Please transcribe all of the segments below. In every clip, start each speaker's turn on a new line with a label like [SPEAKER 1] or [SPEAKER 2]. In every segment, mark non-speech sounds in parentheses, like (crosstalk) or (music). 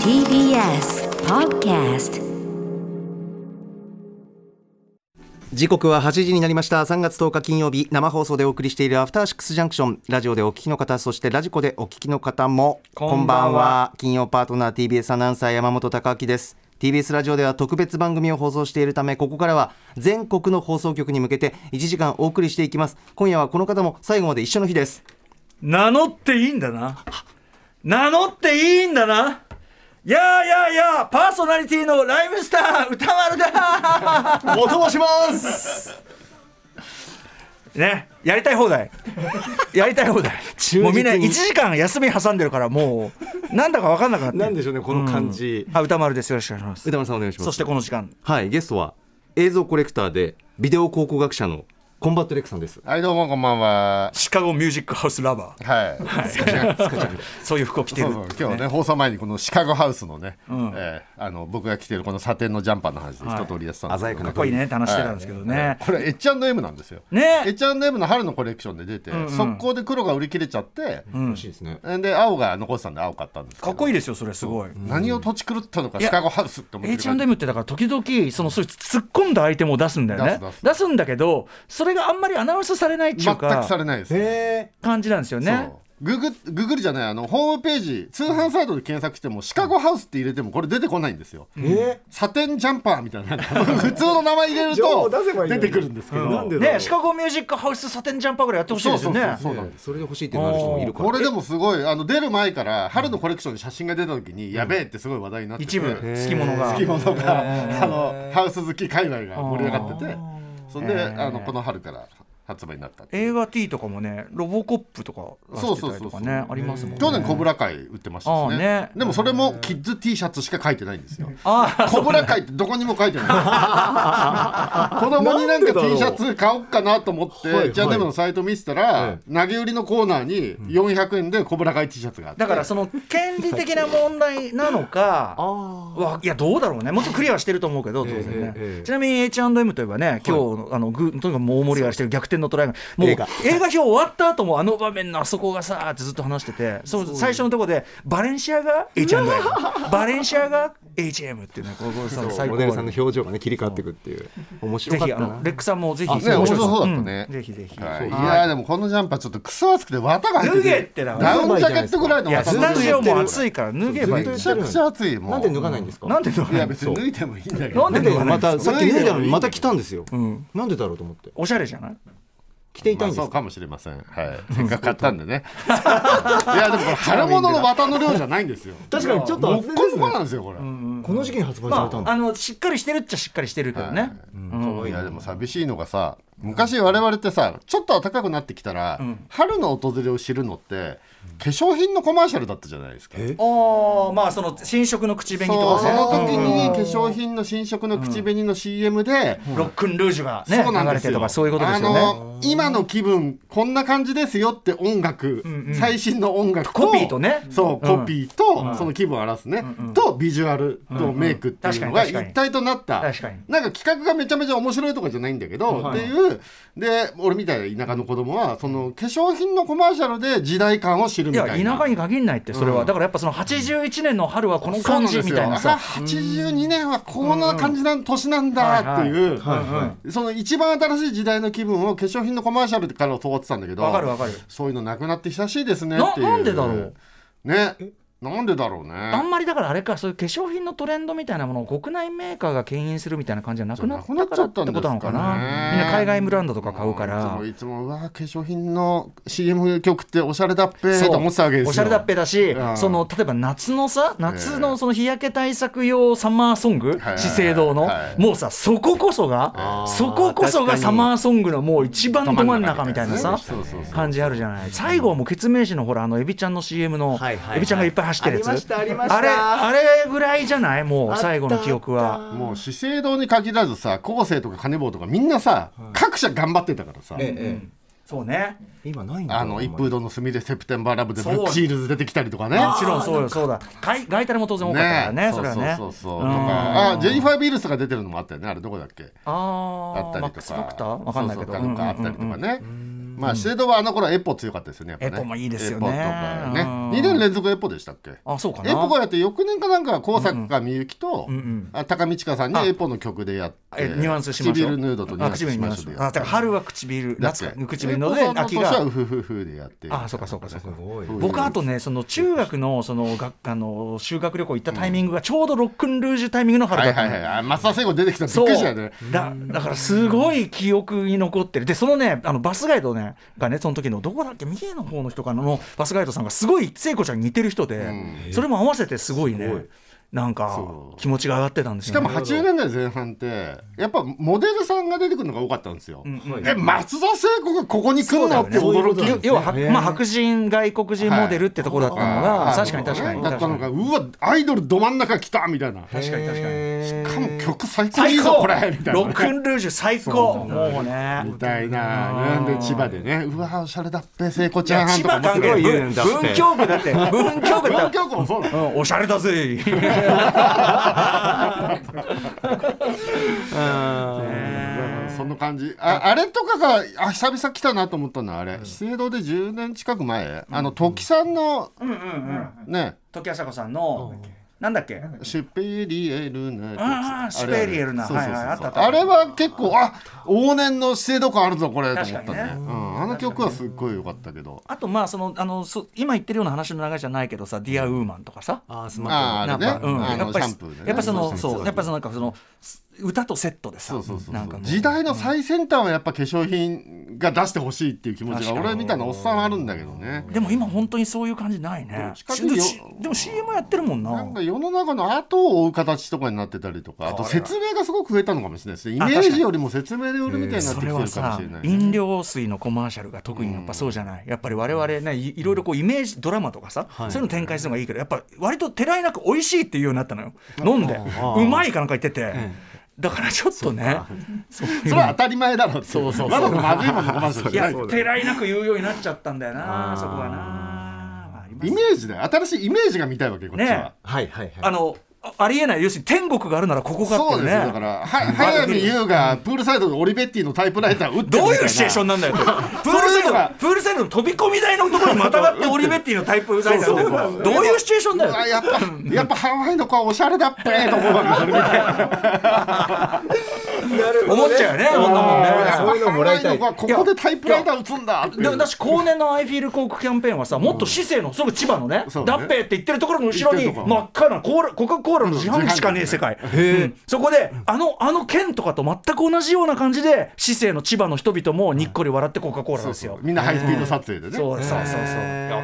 [SPEAKER 1] TBS Podcast
[SPEAKER 2] 時刻は8時になりました3月10日金曜日生放送でお送りしているアフターシックスジャンクションラジオでお聞きの方そしてラジコでお聞きの方も
[SPEAKER 3] こんばんは
[SPEAKER 2] 金曜パートナー TBS アナウンサー山本貴明です TBS ラジオでは特別番組を放送しているためここからは全国の放送局に向けて1時間お送りしていきます今夜はこの方も最後まで一緒の日です
[SPEAKER 3] 名乗っていいんだな名乗っていいんだなやあやあやあパーソナリティのライムスター歌丸だ
[SPEAKER 2] お供します
[SPEAKER 3] ねやりたい放題やりたい放題
[SPEAKER 2] 忠実に
[SPEAKER 3] もうみんな1時間休み挟んでるからもうなんだか分かんなくなって
[SPEAKER 2] なんでしょうねこの感じ、
[SPEAKER 3] あ歌丸ですよろしくお願いします
[SPEAKER 2] 宇多丸さんお願いします
[SPEAKER 3] そしてこの時間
[SPEAKER 2] はいゲストは映像コレクターでビデオ考古学者のコンバットレックさんです
[SPEAKER 4] はい、どうもこんばんは。
[SPEAKER 3] シカゴミュージックハウスラバー
[SPEAKER 4] はい。
[SPEAKER 3] そういう服を着て
[SPEAKER 4] そ
[SPEAKER 3] る
[SPEAKER 4] うそう今日ね、放送前にこのシカゴハウスのね、
[SPEAKER 3] ん
[SPEAKER 4] えーあの僕が着てるこのサテンのジャンパーの話で一通りやってたんです
[SPEAKER 2] 鮮や
[SPEAKER 4] けど、
[SPEAKER 2] か
[SPEAKER 3] かっ
[SPEAKER 2] な
[SPEAKER 3] こいいねって話してたんですけどね、
[SPEAKER 4] これ H&M なんですよ。
[SPEAKER 3] ね
[SPEAKER 4] H&M の春のコレクションで出て、速攻で黒が売り切れちゃって、
[SPEAKER 2] 楽しいですね
[SPEAKER 4] で青が残ってたんで青買ったんですけど。
[SPEAKER 3] かっこいいですよそれすごい
[SPEAKER 4] 何を土地狂ったのか
[SPEAKER 3] や
[SPEAKER 4] シカゴハウスって思ってる感じ。
[SPEAKER 3] H&M ってだから時々そのそういう突っ込んだアイテムを出すんだよね
[SPEAKER 4] 出す出す
[SPEAKER 3] 出すんだけどそれがあんまりアナウンスされないってい
[SPEAKER 4] 全
[SPEAKER 3] う
[SPEAKER 4] くさ
[SPEAKER 3] か
[SPEAKER 4] れないです。
[SPEAKER 2] へ
[SPEAKER 3] 感じなんですよね
[SPEAKER 4] そうググググるじゃないあのホームページ通販サイトで検索してもシカゴハウスって入れてもこれ出てこないんですよ、
[SPEAKER 2] ええ
[SPEAKER 4] サテンジャンパーみたいな普通の名前入れる
[SPEAKER 2] 情報
[SPEAKER 4] と
[SPEAKER 2] 出せばいいの
[SPEAKER 4] 出
[SPEAKER 2] に
[SPEAKER 4] てくるんですけど、
[SPEAKER 2] なんでだろう
[SPEAKER 3] ねシカゴミュージックハウスサテンジャンパーぐらいやってほしい
[SPEAKER 4] そう
[SPEAKER 3] です
[SPEAKER 4] そ
[SPEAKER 3] よ
[SPEAKER 4] う
[SPEAKER 3] ね
[SPEAKER 4] そうそうなんです
[SPEAKER 2] それで欲しいってなる人もいるから
[SPEAKER 4] これでもすごいあの出る前から春のコレクションに写真が出た時に、やべえってすごい話題になってて
[SPEAKER 3] 一部
[SPEAKER 4] 好
[SPEAKER 3] 好き者が
[SPEAKER 4] き者があのハウス好き界隈が盛り上がっててそんで、あのこの春から発売になったっていう
[SPEAKER 3] 映画 T とかもねロボコップとか出してたりとか
[SPEAKER 4] そうそうそうそう
[SPEAKER 3] ねありますもんね
[SPEAKER 4] 去年コブラ会売ってましたしね
[SPEAKER 3] ああね
[SPEAKER 4] でもそれもキッズ T シャツしか書いてないんですよ
[SPEAKER 3] ああ
[SPEAKER 4] (laughs) コブラ会ってどこにも書い
[SPEAKER 2] (laughs)
[SPEAKER 4] てない。子供になんか T シャツ買おうかなと思っ
[SPEAKER 2] なんでだろう
[SPEAKER 4] て、じゃあでものサイト見せたら、投げ売りのコーナーに400円でコブラ会 T シャツがあって。
[SPEAKER 3] だからその権利的な問題なのかわいやどうだろうねもっとクリアしてると思うけど当然ね、
[SPEAKER 2] ええええ
[SPEAKER 3] ちなみに H&M といえばね今日の、あのグーとにかくもう大盛り上がりしてる逆転のトライがもう映
[SPEAKER 2] 映
[SPEAKER 3] 画
[SPEAKER 2] 画
[SPEAKER 3] 表終わった後もあの場面のあそこがさーってずっと話しててそう最初のとこでバレンシアが H&M
[SPEAKER 2] (laughs)
[SPEAKER 3] バレンシアが H&M っていうねこうこうさ最
[SPEAKER 2] モ
[SPEAKER 3] 高
[SPEAKER 2] デルさんの表情がね切り替わっていくっていう面白
[SPEAKER 3] ぜ
[SPEAKER 2] かっ
[SPEAKER 3] ひ
[SPEAKER 2] た
[SPEAKER 3] あ
[SPEAKER 2] な
[SPEAKER 3] のレックさんもぜひ
[SPEAKER 2] あ
[SPEAKER 4] ね、面白そうだったね
[SPEAKER 3] ん。ぜひぜひ、
[SPEAKER 4] はいいやーでもこのジャンパーちょっとクソ暑くて綿が入って
[SPEAKER 3] 脱げってな
[SPEAKER 4] ダウンジャケットぐらいの
[SPEAKER 3] いや
[SPEAKER 4] 綿
[SPEAKER 3] ス
[SPEAKER 4] の
[SPEAKER 3] タジオも
[SPEAKER 4] め
[SPEAKER 3] 暑いから脱げばいい
[SPEAKER 2] ずっと
[SPEAKER 4] ちゃくちゃ暑いもう
[SPEAKER 2] なんで脱がないんですか
[SPEAKER 3] なんで脱がない
[SPEAKER 4] いや別に脱いでもいいんだけ
[SPEAKER 3] な
[SPEAKER 4] ど
[SPEAKER 3] ん
[SPEAKER 2] な
[SPEAKER 3] で
[SPEAKER 2] ん
[SPEAKER 3] 脱
[SPEAKER 2] で
[SPEAKER 3] がない
[SPEAKER 2] ま
[SPEAKER 3] んです
[SPEAKER 2] た
[SPEAKER 3] か
[SPEAKER 2] さっき脱いだのにまた来たんですよなんでだろうと思って
[SPEAKER 3] おしゃれじゃない
[SPEAKER 2] 着ていた
[SPEAKER 4] ま
[SPEAKER 2] いん
[SPEAKER 4] あ
[SPEAKER 2] で
[SPEAKER 4] そう
[SPEAKER 2] す
[SPEAKER 4] かもしれませんはいせっかく買ったんでねい
[SPEAKER 2] (laughs)
[SPEAKER 4] やでもこれ春物の綿の量じゃないんですよ
[SPEAKER 2] 確か (laughs) にちょっ
[SPEAKER 4] もっこもこなんですよこれ、
[SPEAKER 2] この時期に発売され
[SPEAKER 3] ま
[SPEAKER 2] たん
[SPEAKER 3] あ、
[SPEAKER 2] だ
[SPEAKER 3] あのしっかりしてるっちゃしっかりしてるけどね、
[SPEAKER 4] いやでも寂しいのがさ昔我々ってさちょっと暖かくなってきたら、春の訪れを知るのって化粧品のコマーシャルだったじゃないですか。
[SPEAKER 2] え
[SPEAKER 3] ああまあその新色の口紅と
[SPEAKER 4] そう
[SPEAKER 3] か
[SPEAKER 4] そ
[SPEAKER 3] さ
[SPEAKER 4] の時に化粧品の新色の口紅の CM で、
[SPEAKER 3] ロックンルージュがね
[SPEAKER 4] そうなん
[SPEAKER 3] 流
[SPEAKER 4] で
[SPEAKER 3] れ
[SPEAKER 4] す
[SPEAKER 3] て
[SPEAKER 4] よ
[SPEAKER 3] とかそういうことですよ
[SPEAKER 4] あ
[SPEAKER 3] ね
[SPEAKER 4] の今の気分こんな感じですよって音楽、最新の音楽と
[SPEAKER 3] コピーとね
[SPEAKER 4] そう
[SPEAKER 3] うん
[SPEAKER 4] コピーと、その気分を表すね、とビジュアルとメイクっていうのが
[SPEAKER 3] うんうん確かに確かに
[SPEAKER 4] 一体となった、
[SPEAKER 3] 確かに
[SPEAKER 4] なんか企画がめちゃめちゃ面白いとかじゃないんだけど、っていうで俺みたいな田舎の子供はその化粧品のコマーシャルで時代感を知る
[SPEAKER 3] い
[SPEAKER 4] みた
[SPEAKER 3] や
[SPEAKER 4] いな。
[SPEAKER 3] 田舎に限んないってそれは、だからやっぱその81年の春はこの
[SPEAKER 4] そう
[SPEAKER 3] 感
[SPEAKER 4] なん
[SPEAKER 3] じ
[SPEAKER 4] です
[SPEAKER 3] み
[SPEAKER 4] よ
[SPEAKER 3] たいな
[SPEAKER 4] あ
[SPEAKER 3] さ
[SPEAKER 4] 82年はこんな感じな、年なんだっていう、その一番新しい時代の気分を化粧品のコマーシャルから教わってたんだけど
[SPEAKER 3] わかるわかる
[SPEAKER 4] そういうのなくなって久しいですね
[SPEAKER 3] な
[SPEAKER 4] っていう
[SPEAKER 3] なんでだろう
[SPEAKER 4] ねなんでだろう
[SPEAKER 3] あん
[SPEAKER 4] ね
[SPEAKER 3] まりだからあれかそういう化粧品のトレンドみたいなものを国内メーカーが牽引するみたいな感じじゃなくなったからってことなのかな
[SPEAKER 4] じゃなくなっちゃったんですかね
[SPEAKER 3] みんな海外ブランドとか買うか
[SPEAKER 4] いつ
[SPEAKER 3] ら
[SPEAKER 4] もいつもうわ化粧品の CM 曲っておしゃれだっぺ
[SPEAKER 3] そう
[SPEAKER 4] と思ってたわけですよ
[SPEAKER 3] おしゃれだっぺだし、
[SPEAKER 4] うん
[SPEAKER 3] その例えば夏のさ夏のその日焼け対策用サマーソング、
[SPEAKER 4] はい
[SPEAKER 3] 資生堂の、
[SPEAKER 4] はい
[SPEAKER 3] もうさそここそが
[SPEAKER 2] あー
[SPEAKER 3] そここそ
[SPEAKER 2] 確
[SPEAKER 3] が
[SPEAKER 2] かに
[SPEAKER 3] サマーソングのもう一番ど真ん中みたいなさ
[SPEAKER 4] そうそうそう
[SPEAKER 3] 感じあるじゃない最後はもうケツメイシのほらあのエビちゃんの CM の、
[SPEAKER 2] はいはいはい
[SPEAKER 3] エビちゃんがいっぱい走ってるやつ
[SPEAKER 2] ありましたありました
[SPEAKER 3] れあれぐらいじゃないもう最後の記憶は。
[SPEAKER 4] もう資生堂に限らずさ後世とか金棒とかみんなさ、各社頑張ってたからさ、
[SPEAKER 2] え
[SPEAKER 3] そうね
[SPEAKER 2] え今ないんだ
[SPEAKER 4] あの一風堂のすみれセプテンバーラブでブルックシールズ出てきたりとかね
[SPEAKER 3] もちろんそうよそうだ外外たれも当然多かったからねそれはね
[SPEAKER 4] そうそうそうそう
[SPEAKER 3] う
[SPEAKER 4] と
[SPEAKER 3] ん
[SPEAKER 4] かあジェニファー・ビールスが出てるのもあったよねあれどこだっけ
[SPEAKER 3] あ
[SPEAKER 4] あった
[SPEAKER 3] ーマッ
[SPEAKER 4] りと
[SPEAKER 3] ク
[SPEAKER 4] か
[SPEAKER 3] ス・ドクターわかんないけど
[SPEAKER 4] そうそうなんかあったりとかね、まあ資生堂はあの頃エポ強かったですよねやっぱね
[SPEAKER 3] エポもいいですよね
[SPEAKER 4] エポとかね
[SPEAKER 3] うん
[SPEAKER 4] 2年連続エポでしたっけ
[SPEAKER 3] あそうかな
[SPEAKER 4] エポがやって翌年かなんかは高坂みゆきと、
[SPEAKER 3] うんうん
[SPEAKER 4] あ高見知佳さんにエポの曲でやって
[SPEAKER 3] えニュアンスしましょう
[SPEAKER 4] 唇ヌードとニュ
[SPEAKER 3] あ
[SPEAKER 4] アンス
[SPEAKER 3] 唇
[SPEAKER 4] し
[SPEAKER 3] に
[SPEAKER 4] ま
[SPEAKER 3] ま
[SPEAKER 4] し
[SPEAKER 3] し
[SPEAKER 4] ょ
[SPEAKER 3] ょ
[SPEAKER 4] う
[SPEAKER 3] う
[SPEAKER 4] で
[SPEAKER 3] あだから春は唇
[SPEAKER 4] やって
[SPEAKER 3] 夏は唇ので
[SPEAKER 4] エポさん
[SPEAKER 3] 秋
[SPEAKER 4] 年は
[SPEAKER 3] が
[SPEAKER 4] ウフフフでやって
[SPEAKER 3] あそうかそうかそうか
[SPEAKER 5] ごい
[SPEAKER 3] 僕あとねその中学のその学あの修学旅行行ったタイミングがちょうどロックンルージュタイミングの春
[SPEAKER 4] は
[SPEAKER 3] だ
[SPEAKER 4] い
[SPEAKER 3] った
[SPEAKER 4] は
[SPEAKER 3] の
[SPEAKER 4] いはいあ松田聖子出てきたびっ
[SPEAKER 3] そ
[SPEAKER 4] く
[SPEAKER 3] う
[SPEAKER 4] りしたよね
[SPEAKER 3] だだからすごい記憶に残ってるでそのねあのバスガイドねがねその時のどこだっけ三重の方の人かなのバスガイドさんがすごい聖子ちゃんに似てる人で、それも合わせてすごいねなんか
[SPEAKER 4] そう
[SPEAKER 3] 気持ちが上がってたんです
[SPEAKER 4] し
[SPEAKER 3] よ、
[SPEAKER 4] か
[SPEAKER 3] ね、
[SPEAKER 4] も80年代前半ってやっぱモデルさんが出てくるのが多かったんですよ、え松田聖子がここに来るのって
[SPEAKER 5] そうだよね
[SPEAKER 4] 驚
[SPEAKER 5] そういうことだよ
[SPEAKER 4] き
[SPEAKER 5] ね
[SPEAKER 3] 要はは、まあ、白人外国人モデルってとこだったのが、
[SPEAKER 4] あー
[SPEAKER 3] 確かに確かに
[SPEAKER 4] だっ
[SPEAKER 3] 確か
[SPEAKER 4] た
[SPEAKER 3] に
[SPEAKER 4] のがうわアイドルど真ん中来たみたいな
[SPEAKER 3] 確かに確かに
[SPEAKER 4] しかも曲最高い
[SPEAKER 3] 最
[SPEAKER 4] いぞ
[SPEAKER 3] 高
[SPEAKER 4] これみたい
[SPEAKER 3] ロ
[SPEAKER 4] な
[SPEAKER 3] ックンルージュ最高もうね
[SPEAKER 4] みたいな、ね、で千葉でねうわおしゃれだっぺ聖子
[SPEAKER 3] い
[SPEAKER 4] ちゃ
[SPEAKER 3] や
[SPEAKER 4] ん
[SPEAKER 3] 千
[SPEAKER 4] とか
[SPEAKER 3] 葉
[SPEAKER 4] 思っ
[SPEAKER 3] 関
[SPEAKER 4] て
[SPEAKER 3] 係
[SPEAKER 2] すごい言う
[SPEAKER 3] 文
[SPEAKER 2] ねだって
[SPEAKER 3] 文京区だって
[SPEAKER 4] (laughs)
[SPEAKER 3] 文京区だ
[SPEAKER 4] 文
[SPEAKER 3] って
[SPEAKER 4] 京区もそうだ
[SPEAKER 3] うんおしゃれだぜ
[SPEAKER 4] (laughs) そんな感じああれとかがあ久々来たなと思ったのはあれ資生堂で10年近く前あの時さんのね
[SPEAKER 3] 時朝子さんのなんだっけ
[SPEAKER 4] シュペリエルナってやつ
[SPEAKER 3] あーシュペリエルナ
[SPEAKER 4] あれあ
[SPEAKER 3] は
[SPEAKER 4] れ
[SPEAKER 3] いはいあったあった
[SPEAKER 4] あれは結構あ往年の資生堂感あるぞこれと思った
[SPEAKER 3] 確かにね
[SPEAKER 4] ねうんあの曲はすっごい良かったけど
[SPEAKER 3] あとまあそのあのそ今言ってるような話の流れじゃないけどさ「ディアウーマンとかさ
[SPEAKER 5] あースマ
[SPEAKER 4] あ
[SPEAKER 5] ート
[SPEAKER 3] な
[SPEAKER 4] ーあ
[SPEAKER 3] ん
[SPEAKER 4] れ
[SPEAKER 3] か
[SPEAKER 4] ね
[SPEAKER 3] うん
[SPEAKER 4] あ
[SPEAKER 3] や
[SPEAKER 4] の
[SPEAKER 3] っぱり
[SPEAKER 4] シャンプーでね
[SPEAKER 3] やっぱその
[SPEAKER 4] そうそう
[SPEAKER 3] そうやっぱそのなんかそのす歌とセットでさ
[SPEAKER 4] そうそうそうそ
[SPEAKER 3] なんか
[SPEAKER 4] う
[SPEAKER 3] こう
[SPEAKER 4] 時代の最先端はやっぱ化粧品が出してほしいっていう気持ちが
[SPEAKER 3] 確か
[SPEAKER 4] 俺
[SPEAKER 3] に
[SPEAKER 4] みたいなおっさんはあるんだけどね
[SPEAKER 3] でも今本当にそういう感じないね
[SPEAKER 4] 近くに
[SPEAKER 3] で
[SPEAKER 4] よ
[SPEAKER 3] しでも CM やってるもんな
[SPEAKER 4] なんか世の中の後を追う形とかになってたりとかあと説明がすごく増えたのかもしれないですねイメージよりも説明で売るみたいにな
[SPEAKER 3] そ
[SPEAKER 4] ってきて
[SPEAKER 3] れ
[SPEAKER 4] るかも
[SPEAKER 3] は
[SPEAKER 4] しれな
[SPEAKER 3] さ
[SPEAKER 4] いね、
[SPEAKER 3] 飲料水のコマーシャルが特にやっぱそうじゃない、やっぱり我々ねいいろいろこうイメージドラマとかさ、そういうの展開するのがいいけどやっぱ割とてらいなく美味しいっていうようになったのよ飲んでうまいかなんか言ってて、だからちょっとねそういう
[SPEAKER 4] それは当たり前だろそうそうまだまずいものかもしれ
[SPEAKER 3] い
[SPEAKER 4] な
[SPEAKER 3] や
[SPEAKER 4] い
[SPEAKER 3] てらいなく言うようになっちゃったんだよな
[SPEAKER 5] あー
[SPEAKER 3] そこはな、まああります
[SPEAKER 4] イメージだよ新しいイメージが見たいわけこっちは、
[SPEAKER 3] ね
[SPEAKER 5] はいはいはい
[SPEAKER 3] あのあありえない要するに天国があるならここかって
[SPEAKER 4] そ
[SPEAKER 3] いうう
[SPEAKER 4] で
[SPEAKER 3] ね
[SPEAKER 4] すよだからは早見優がプールサイドでオリベッティのタイプライター打ってるみたいな
[SPEAKER 3] どういうシチュエーションなんだよってプールサイドがプールサイドの飛び込み台のところにまたがってオリベッティのタイプ台なんだよ
[SPEAKER 4] そうそうそう
[SPEAKER 3] どういうシチュエーションだ
[SPEAKER 4] う
[SPEAKER 3] よ
[SPEAKER 4] わやっぱやっぱハワイの子はおしゃれだっぺーと思うわけそれみたいな
[SPEAKER 3] 思っちゃうよね
[SPEAKER 4] あ
[SPEAKER 3] ほんなもんね
[SPEAKER 4] ー
[SPEAKER 5] そういうのもらいたい
[SPEAKER 4] ハワの子はここでタイプライター打つんだ
[SPEAKER 3] でもだし後年のアイフィールコークキャンペーンはさもっと市政のすぐ千葉のね
[SPEAKER 4] そうね
[SPEAKER 3] ダッペーって言ってるところの後ろに
[SPEAKER 4] 言ってるとこ
[SPEAKER 3] 真っ赤なコーラコカ・コーラの自販機しかねえ世界、うんそこであのあの県とかと全く同じような感じで市政の千葉の人々もにっこり笑ってコカ・コーラなんですよ
[SPEAKER 4] みんなハイスピード撮影でね
[SPEAKER 3] そうそうそうそうよ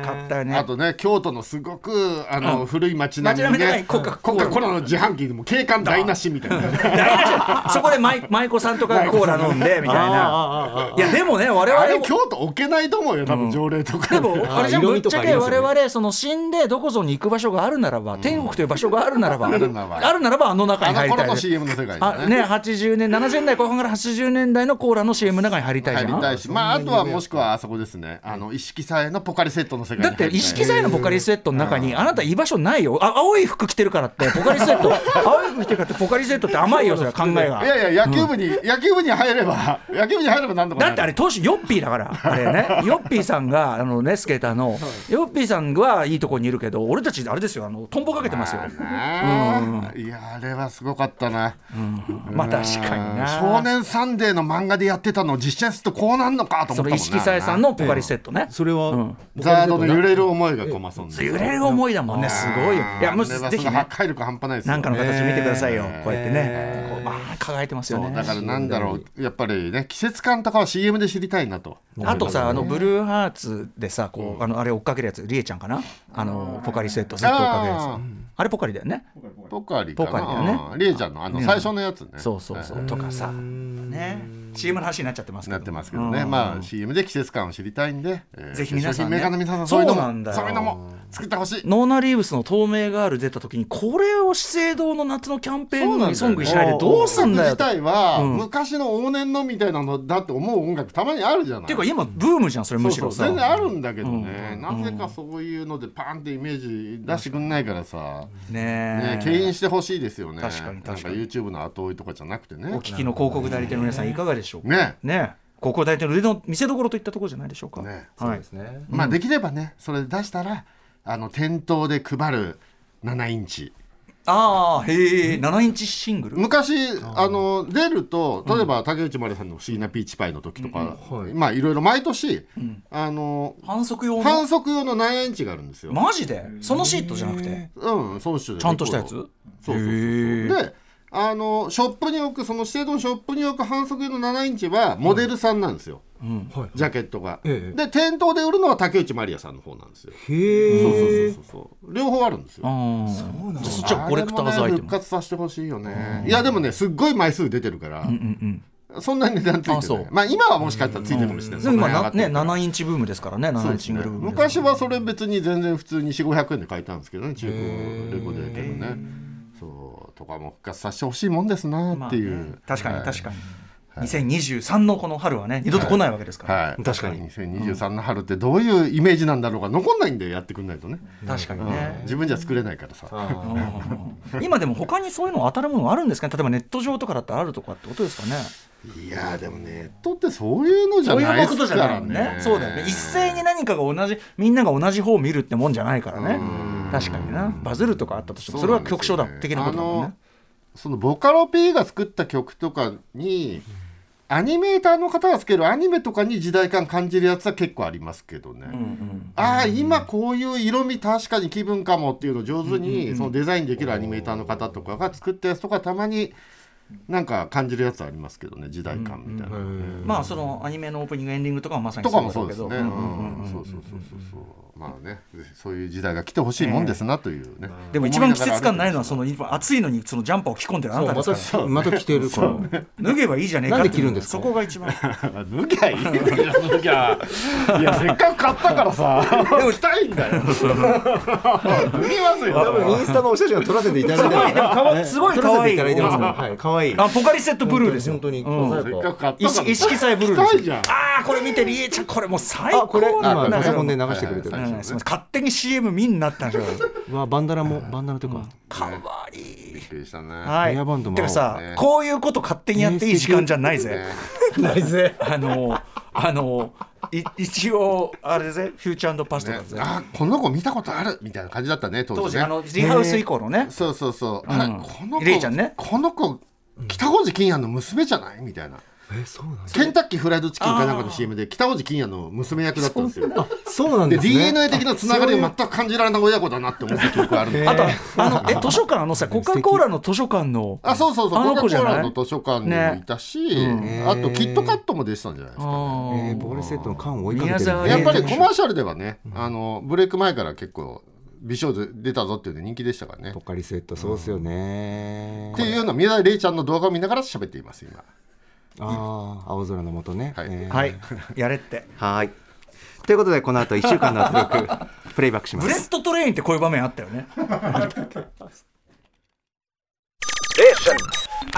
[SPEAKER 3] かったよね
[SPEAKER 4] あとね京都のすごくあの、古い町並み
[SPEAKER 3] 街並みの中
[SPEAKER 4] ね
[SPEAKER 3] にコカ
[SPEAKER 4] コカ・コーラの自販機でも景観台無しみたいな
[SPEAKER 3] 大丈夫そこで舞舞妓さんとかがコーラ飲んでみたいないやでもね我
[SPEAKER 4] あ
[SPEAKER 3] 々
[SPEAKER 4] れ
[SPEAKER 3] も
[SPEAKER 4] 京都置けないと思うよ多分条例とか
[SPEAKER 3] でも
[SPEAKER 5] ー
[SPEAKER 3] あれじゃん
[SPEAKER 5] 色
[SPEAKER 3] ぶっ
[SPEAKER 5] 味と
[SPEAKER 3] ち
[SPEAKER 5] か
[SPEAKER 3] ゃ
[SPEAKER 5] あり
[SPEAKER 3] け
[SPEAKER 5] ますよね
[SPEAKER 3] 我々その死んでどこぞに行く場所があるならば天国という場所があるならばあ
[SPEAKER 4] あ
[SPEAKER 3] る
[SPEAKER 4] るならば
[SPEAKER 3] ならばあの中
[SPEAKER 4] あ
[SPEAKER 3] に入
[SPEAKER 4] の
[SPEAKER 3] りた
[SPEAKER 4] 頃
[SPEAKER 3] い
[SPEAKER 4] の CM の世界
[SPEAKER 3] あ
[SPEAKER 4] だ
[SPEAKER 3] ね
[SPEAKER 4] ね
[SPEAKER 3] 80年70年代後半から80年代のコーラの CM の中に入りたいじ
[SPEAKER 4] 入
[SPEAKER 3] ゃ
[SPEAKER 4] りた
[SPEAKER 3] ん
[SPEAKER 4] いしまああとはもしくはあそこですねあの一色さえのポカリセットの世界に
[SPEAKER 3] だ
[SPEAKER 4] 入
[SPEAKER 3] っ
[SPEAKER 4] りた
[SPEAKER 3] て
[SPEAKER 4] い
[SPEAKER 3] 意識材のポカリスエットの中にあなた居場所ないよあ青い服着てるからってポカリスエット
[SPEAKER 4] (laughs)
[SPEAKER 3] 青い服着てるからってポカリスエットって甘いよそれは考えが
[SPEAKER 4] いやいや野球部に、野球部に入れば野球部に入れば何とか
[SPEAKER 3] だ
[SPEAKER 4] なる
[SPEAKER 3] ってあれ当初ヨッピーだからあれ
[SPEAKER 4] (laughs)
[SPEAKER 3] ねヨッピーさんがあのねスケーターのヨッピーさんはいいとこにいるけど俺たちあれですよあのトンボかけてますよ
[SPEAKER 4] あーいやあれはすごかったな、
[SPEAKER 3] まあ確かにな
[SPEAKER 4] うん少年サンデーの漫画でやってたのを実写にするとこうなんのかと
[SPEAKER 3] そ
[SPEAKER 4] 思ったもん
[SPEAKER 3] れ
[SPEAKER 4] な
[SPEAKER 3] 意識さえさんのポカリセットね
[SPEAKER 5] それは、
[SPEAKER 3] うん
[SPEAKER 4] ザードの揺れる思いがこまそんで
[SPEAKER 3] 揺れる思いだもんねすごいよいやもう
[SPEAKER 4] あれは
[SPEAKER 3] ぜひ
[SPEAKER 4] その
[SPEAKER 3] ね
[SPEAKER 4] 破壊力半端ないですよ
[SPEAKER 3] なんかの形見てくださいよこうやってねこうまあ輝いてますよ
[SPEAKER 4] そう
[SPEAKER 3] ね
[SPEAKER 4] だからなんだろうやっぱりね季節感とかは CM で知りたいなと
[SPEAKER 3] あとさあのブルーハーツでさこうあのあれ追っかけるやつリエちゃんかなあのポカリセットずっと追っかけるや
[SPEAKER 4] あ
[SPEAKER 3] つあれポカリだよね
[SPEAKER 4] ポカリかな
[SPEAKER 3] ポカリだよね
[SPEAKER 4] うんリエちゃんのあの最初のやつね
[SPEAKER 3] そうそうそうとかさね CM の話になっちゃってますけど
[SPEAKER 4] なってますけどね、
[SPEAKER 3] うん
[SPEAKER 4] まあ CM で季節感を知りたいんで、えー
[SPEAKER 3] ぜひ皆さんね
[SPEAKER 4] 化粧品メーカーの皆さんそういうの
[SPEAKER 3] そうなんだ
[SPEAKER 4] も
[SPEAKER 3] よ
[SPEAKER 4] そういうのも作ってほしい
[SPEAKER 3] ノーナ・リーブスの透明ガール出た時にこれを資生堂の夏のキャンペ
[SPEAKER 4] そ
[SPEAKER 3] ーン
[SPEAKER 4] うなん
[SPEAKER 3] に
[SPEAKER 4] だ
[SPEAKER 3] ソ
[SPEAKER 4] よ
[SPEAKER 3] ングにしないでどうすんだよ
[SPEAKER 4] 音
[SPEAKER 3] って
[SPEAKER 4] 楽自体は、
[SPEAKER 3] うん
[SPEAKER 4] 昔の往年のみたいなのだって思う音楽たまにあるじゃない
[SPEAKER 3] っていうか今ブームじゃんそれ
[SPEAKER 4] そ
[SPEAKER 3] む
[SPEAKER 4] う
[SPEAKER 3] し
[SPEAKER 4] そ
[SPEAKER 3] ろ
[SPEAKER 4] う
[SPEAKER 3] さ
[SPEAKER 4] 全然あるんだけどね、なぜかそういうのでパンってイメージ出してくんないからさ、ね
[SPEAKER 3] ねえ
[SPEAKER 4] 敬遠してほしいですよね
[SPEAKER 3] 確かに確かに
[SPEAKER 4] なんか YouTube の後追いとかじゃなくてね
[SPEAKER 3] お聞きの広告代理店の皆さんいかがでしょうか
[SPEAKER 4] ね
[SPEAKER 3] ねここ大体の腕の見せ所といったところじゃないでしょうか。
[SPEAKER 4] ね
[SPEAKER 2] そう
[SPEAKER 3] はい
[SPEAKER 2] ですね。
[SPEAKER 4] まあできればねそれ出したらあの店頭で配る7インチ
[SPEAKER 3] ああへえ7インチシングル。
[SPEAKER 4] 昔あの出ると例えば竹内まりさんの「不思議なピーチパイ」の時とか、
[SPEAKER 2] うんうんはい
[SPEAKER 4] まあいろいろ毎年、
[SPEAKER 3] ん
[SPEAKER 4] あの
[SPEAKER 3] 反則用の
[SPEAKER 4] 反則用の7インチがあるんですよ。
[SPEAKER 3] マジでそのシートじゃなくて
[SPEAKER 4] うん、そうち
[SPEAKER 3] ちゃんとしたやつ
[SPEAKER 4] そう
[SPEAKER 3] へ
[SPEAKER 4] そうそうそう
[SPEAKER 3] ー
[SPEAKER 4] であのショップに置くその指定のショップに置く反則用の7インチはモデルさんなんですよ、
[SPEAKER 3] うん
[SPEAKER 2] はい。
[SPEAKER 4] ジャケットが、
[SPEAKER 2] ええ
[SPEAKER 4] で店頭で売るのは竹内まりやさんの方なんですよそうそう
[SPEAKER 2] へえ。
[SPEAKER 4] そうそう両方あるんですよ
[SPEAKER 3] ああ
[SPEAKER 2] そうなんだ
[SPEAKER 3] そっちはコレクターズ
[SPEAKER 4] あ
[SPEAKER 3] ア
[SPEAKER 4] れ
[SPEAKER 3] イテム
[SPEAKER 4] もね復。活させてほしいよねいやでもねすっごい枚数出てるから、
[SPEAKER 3] うんうん
[SPEAKER 4] そんなに値段ついて
[SPEAKER 3] あ
[SPEAKER 4] な
[SPEAKER 3] そ
[SPEAKER 4] いうまあ今はもしかしたらついてるかもし
[SPEAKER 3] う
[SPEAKER 4] れない、
[SPEAKER 3] ん。
[SPEAKER 4] そ
[SPEAKER 3] でも
[SPEAKER 4] ん
[SPEAKER 3] 今
[SPEAKER 4] なに上が
[SPEAKER 3] な
[SPEAKER 4] ってる
[SPEAKER 3] ね7インチブームですからね
[SPEAKER 4] そ
[SPEAKER 3] 7イ
[SPEAKER 4] う
[SPEAKER 3] ン
[SPEAKER 4] で
[SPEAKER 3] チ
[SPEAKER 4] す
[SPEAKER 3] シング
[SPEAKER 4] ね
[SPEAKER 3] ルブーム。
[SPEAKER 4] 昔はそれ別に全然普通に4500円で買えたんですけどね中古レコードでもねそうとかも復活させてほしいもんですなっていう、
[SPEAKER 3] まあね確かに確か
[SPEAKER 4] か
[SPEAKER 3] に。2023のこの春はね二度と来ないわけですから。
[SPEAKER 4] はい、
[SPEAKER 2] 確かに
[SPEAKER 4] 2023の春ってどういうイメージなんだろうが残んないんだよやってくんないとね、
[SPEAKER 3] 確かに
[SPEAKER 4] うん
[SPEAKER 3] ね。
[SPEAKER 4] 自分じゃ作れないからさ
[SPEAKER 2] あ
[SPEAKER 3] うん今でも他にそういうの当たるものあるんですかね例えばネット上とかだったらあるとかってことですかね
[SPEAKER 4] いやーでもネットってそういうのじゃ
[SPEAKER 3] そう
[SPEAKER 4] ないいうで
[SPEAKER 3] こと
[SPEAKER 4] す
[SPEAKER 3] じ
[SPEAKER 4] か
[SPEAKER 3] ゃない
[SPEAKER 4] ら
[SPEAKER 3] もんね
[SPEAKER 4] ね
[SPEAKER 3] そうだよね一斉に何かが同じみんなが同じ方を見るってもんじゃないからね確かになバズるとかあったとしてもそれは局所だ的なことだもん
[SPEAKER 4] あ
[SPEAKER 3] ね
[SPEAKER 4] のそのボカロ P が作った曲とかにアニメーターの方がつけるアニメとかに時代感感じるやつは結構ありますけどね、
[SPEAKER 3] うんうん
[SPEAKER 4] ああ今こういう色味確かに気分かもっていうのを上手にそのデザインできるアニメーターの方とかが作ったやつとかたまになんか感じるやつありますけどね時代感みたいな、
[SPEAKER 3] まあそのアニメのオープニングエンディングとかはまさに
[SPEAKER 4] とかもそう
[SPEAKER 3] だけ
[SPEAKER 4] です
[SPEAKER 3] ど
[SPEAKER 4] ね、
[SPEAKER 3] う
[SPEAKER 4] うん
[SPEAKER 3] うんうん
[SPEAKER 4] んそうそうそうそうそうまあねぜひそういう時代が来てほしいもんですなというね、
[SPEAKER 3] でも一番季節感ないのはその今暑いのにそのジャンパーを着込んでるあ
[SPEAKER 2] そ
[SPEAKER 3] なた
[SPEAKER 2] う
[SPEAKER 3] で
[SPEAKER 2] ます
[SPEAKER 3] から
[SPEAKER 2] たまた着てるから。
[SPEAKER 3] 脱げばいいじゃねえかっ
[SPEAKER 2] な
[SPEAKER 3] て
[SPEAKER 2] んで着るんですか
[SPEAKER 3] そこが一番
[SPEAKER 4] 脱ぎゃいいんだよ (laughs) 脱ぎゃいやせっかく買ったからさでもしたいんだよ (laughs) 脱ぎますよ
[SPEAKER 2] 多分インスタのお写真を撮らせていただいた
[SPEAKER 3] すごいでもかわすご
[SPEAKER 2] 撮らせてい
[SPEAKER 3] い可愛い
[SPEAKER 2] ただいてますもん。はい、可愛い。
[SPEAKER 3] あポカリセットブルーですよ
[SPEAKER 2] 本当に
[SPEAKER 3] うん
[SPEAKER 2] 本当
[SPEAKER 4] せ
[SPEAKER 2] に
[SPEAKER 4] っかく買った
[SPEAKER 3] 意
[SPEAKER 4] から
[SPEAKER 3] 識意識さえブルー
[SPEAKER 4] 着
[SPEAKER 3] です
[SPEAKER 4] た
[SPEAKER 3] よ
[SPEAKER 4] いじゃん
[SPEAKER 3] ああこれ見てりえちゃんこれもう最
[SPEAKER 2] あ、こ
[SPEAKER 3] 高
[SPEAKER 2] れ
[SPEAKER 3] だな
[SPEAKER 2] 今パソコンで流
[SPEAKER 4] 流
[SPEAKER 2] し
[SPEAKER 4] してて
[SPEAKER 2] く
[SPEAKER 4] く
[SPEAKER 2] れ
[SPEAKER 4] れ
[SPEAKER 2] て
[SPEAKER 4] て
[SPEAKER 2] る
[SPEAKER 4] る。
[SPEAKER 3] うんすみません勝手に CM 見になったんじゃん
[SPEAKER 2] うわバンダナもバンダナというか。
[SPEAKER 3] かわいい
[SPEAKER 4] びっくりしたね、
[SPEAKER 3] はい
[SPEAKER 2] ヘアバンドも
[SPEAKER 3] てかさ
[SPEAKER 4] ね
[SPEAKER 3] こういうこと勝手にやっていい時間じゃないぜ
[SPEAKER 4] ね
[SPEAKER 2] ないぜ。
[SPEAKER 3] (laughs) あのあのい一応あれぜフューチャーパスと
[SPEAKER 4] ね
[SPEAKER 3] かぜ
[SPEAKER 4] あこの子見たことあるみたいな感じだったね当
[SPEAKER 3] 当時
[SPEAKER 4] 時ね
[SPEAKER 3] あのリハウス以降のね
[SPEAKER 4] そうそうそう、
[SPEAKER 3] ん
[SPEAKER 4] あれこの子
[SPEAKER 3] レイちゃんね
[SPEAKER 4] この子北大路欣也の娘じゃないみたいな
[SPEAKER 2] え、そうなんです
[SPEAKER 4] ケンタッキーフライドチキンかなんかの CM で北大路欣也の娘役だったんですよで
[SPEAKER 2] あ、そうなんですね。
[SPEAKER 4] DNA 的なつながりを全く感じられない親子だなって思った記憶があるんです
[SPEAKER 3] あ
[SPEAKER 4] よ
[SPEAKER 3] とあのえ図書館あのさコカ・コーラの図書館の
[SPEAKER 4] あそうそうそう
[SPEAKER 3] あの
[SPEAKER 4] コカ・コ
[SPEAKER 3] 子じゃ
[SPEAKER 4] ー
[SPEAKER 3] ない
[SPEAKER 4] ラの図書館にもいたし、
[SPEAKER 2] ん
[SPEAKER 4] あとキットカットも出てたんじゃないです
[SPEAKER 3] あ
[SPEAKER 4] か、
[SPEAKER 2] えー、
[SPEAKER 3] ー
[SPEAKER 2] ボールセットの缶を追いかけて
[SPEAKER 3] 宮
[SPEAKER 2] る
[SPEAKER 3] 沢
[SPEAKER 2] ね。
[SPEAKER 4] やっぱり
[SPEAKER 3] えー
[SPEAKER 4] コマーシャルではね、あのブレイク前から結構美少女出たぞっていうので人気でしたからね
[SPEAKER 2] ポカリセットそうですよね
[SPEAKER 4] っ。ていうのを宮台レイちゃんの動画を見ながら喋っています今
[SPEAKER 2] ああ、青空のもとね。
[SPEAKER 4] はい
[SPEAKER 2] えー
[SPEAKER 3] はいやれって
[SPEAKER 2] はい。ということで、この後1週間のアトロッ
[SPEAKER 3] (laughs)
[SPEAKER 2] ク、プレイバックしま
[SPEAKER 3] ブレ
[SPEAKER 2] す。
[SPEAKER 3] ッドトレインってこういう場面あったよね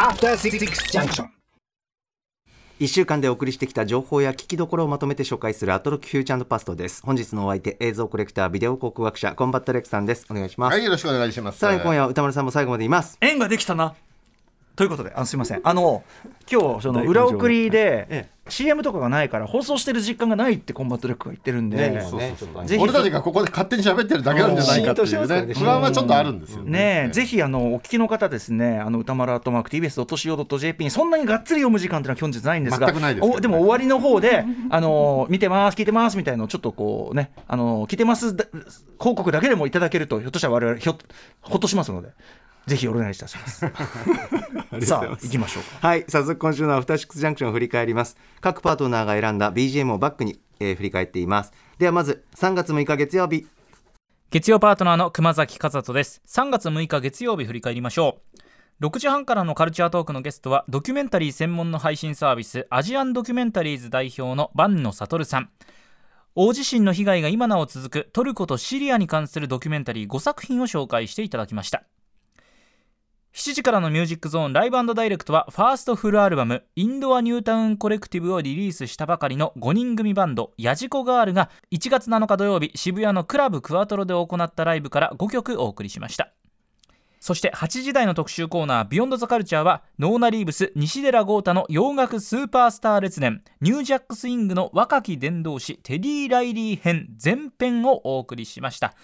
[SPEAKER 5] After Six Junction.
[SPEAKER 2] 1週間でお送りしてきた情報や聞きどころをまとめて紹介するアトロックフューチャーパストです。本日のお相手、映像コレクター、ビデオ考古学者、コンバットレックさんです。お願いします。
[SPEAKER 4] はいよろしくお願いします
[SPEAKER 2] さらに今夜は歌丸さんも最後までいます。
[SPEAKER 3] 縁ができたなということであのすいませんあの今日その裏送りで CM とかがないから放送してる実感がないってコンバットレックが言ってるんで、
[SPEAKER 2] そうそうそう
[SPEAKER 3] ぜひ
[SPEAKER 4] 俺たちがここで勝手に喋ってるだけなんじゃないかっ
[SPEAKER 2] 浸透
[SPEAKER 4] て
[SPEAKER 2] して
[SPEAKER 4] い
[SPEAKER 2] ま
[SPEAKER 4] う
[SPEAKER 2] すから
[SPEAKER 4] ね
[SPEAKER 2] ね
[SPEAKER 4] 不安はちょっとあるんですよ
[SPEAKER 3] ねえ、ぜひあのお聞きの方ですね、あの歌丸アートマーク TBS.CO.JP にそんなにがっつり読む時間っていうのは基本実はないんですが、
[SPEAKER 4] 全くないですけどね
[SPEAKER 3] おでも終わりの方で、あの見てます、聞いてますみたいなのをちょっとこうね、あの聞いてますだ広告だけでもいただけると、ひょっとしたら我々ひょっほっとしますので、ぜひお願いいたし
[SPEAKER 4] (laughs)
[SPEAKER 3] ます。さあ、行きましょうか。
[SPEAKER 2] はい、早速今週のアフターシックスジャンクションを振り返ります。各パートナーが選んだ BGM をバックに、えー振り返っています。ではまず、3月6日月曜日。
[SPEAKER 6] 月曜パートナーの熊崎和人です3月6日月曜日振り返りましょう6時半からのカルチャートークのゲストはドキュメンタリー専門の配信サービスアジアンドキュメンタリーズ代表の坂野悟さん大地震の被害が今なお続くトルコとシリアに関するドキュメンタリー5作品を紹介していただきました7時からのミュージックゾーンライブダイレクトはファーストフルアルバムインドアニュータウンコレクティブをリリースしたばかりの5人組バンドヤジコガールが1月7日土曜日渋谷のクラブクワトロで行ったライブから5曲お送りしましたそして8時台の特集コーナー「ビヨンドザカルチャーはノーナ・リーブス西寺豪太の洋楽スーパースター列伝ニュージャックスイングの若き伝道師テディ・ライリー編前編をお送りしました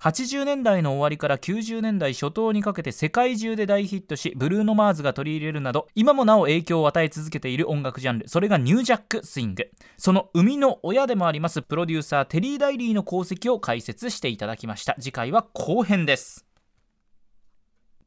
[SPEAKER 6] 80年代の終わりから90年代初頭にかけて世界中で大ヒットしブルーノ・マーズが取り入れるなど今もなお影響を与え続けている音楽ジャンルそれがニュージャック・スイングその生みの親でもありますプロデューサーテリー・ライリーの功績を解説していただきました次回は後編です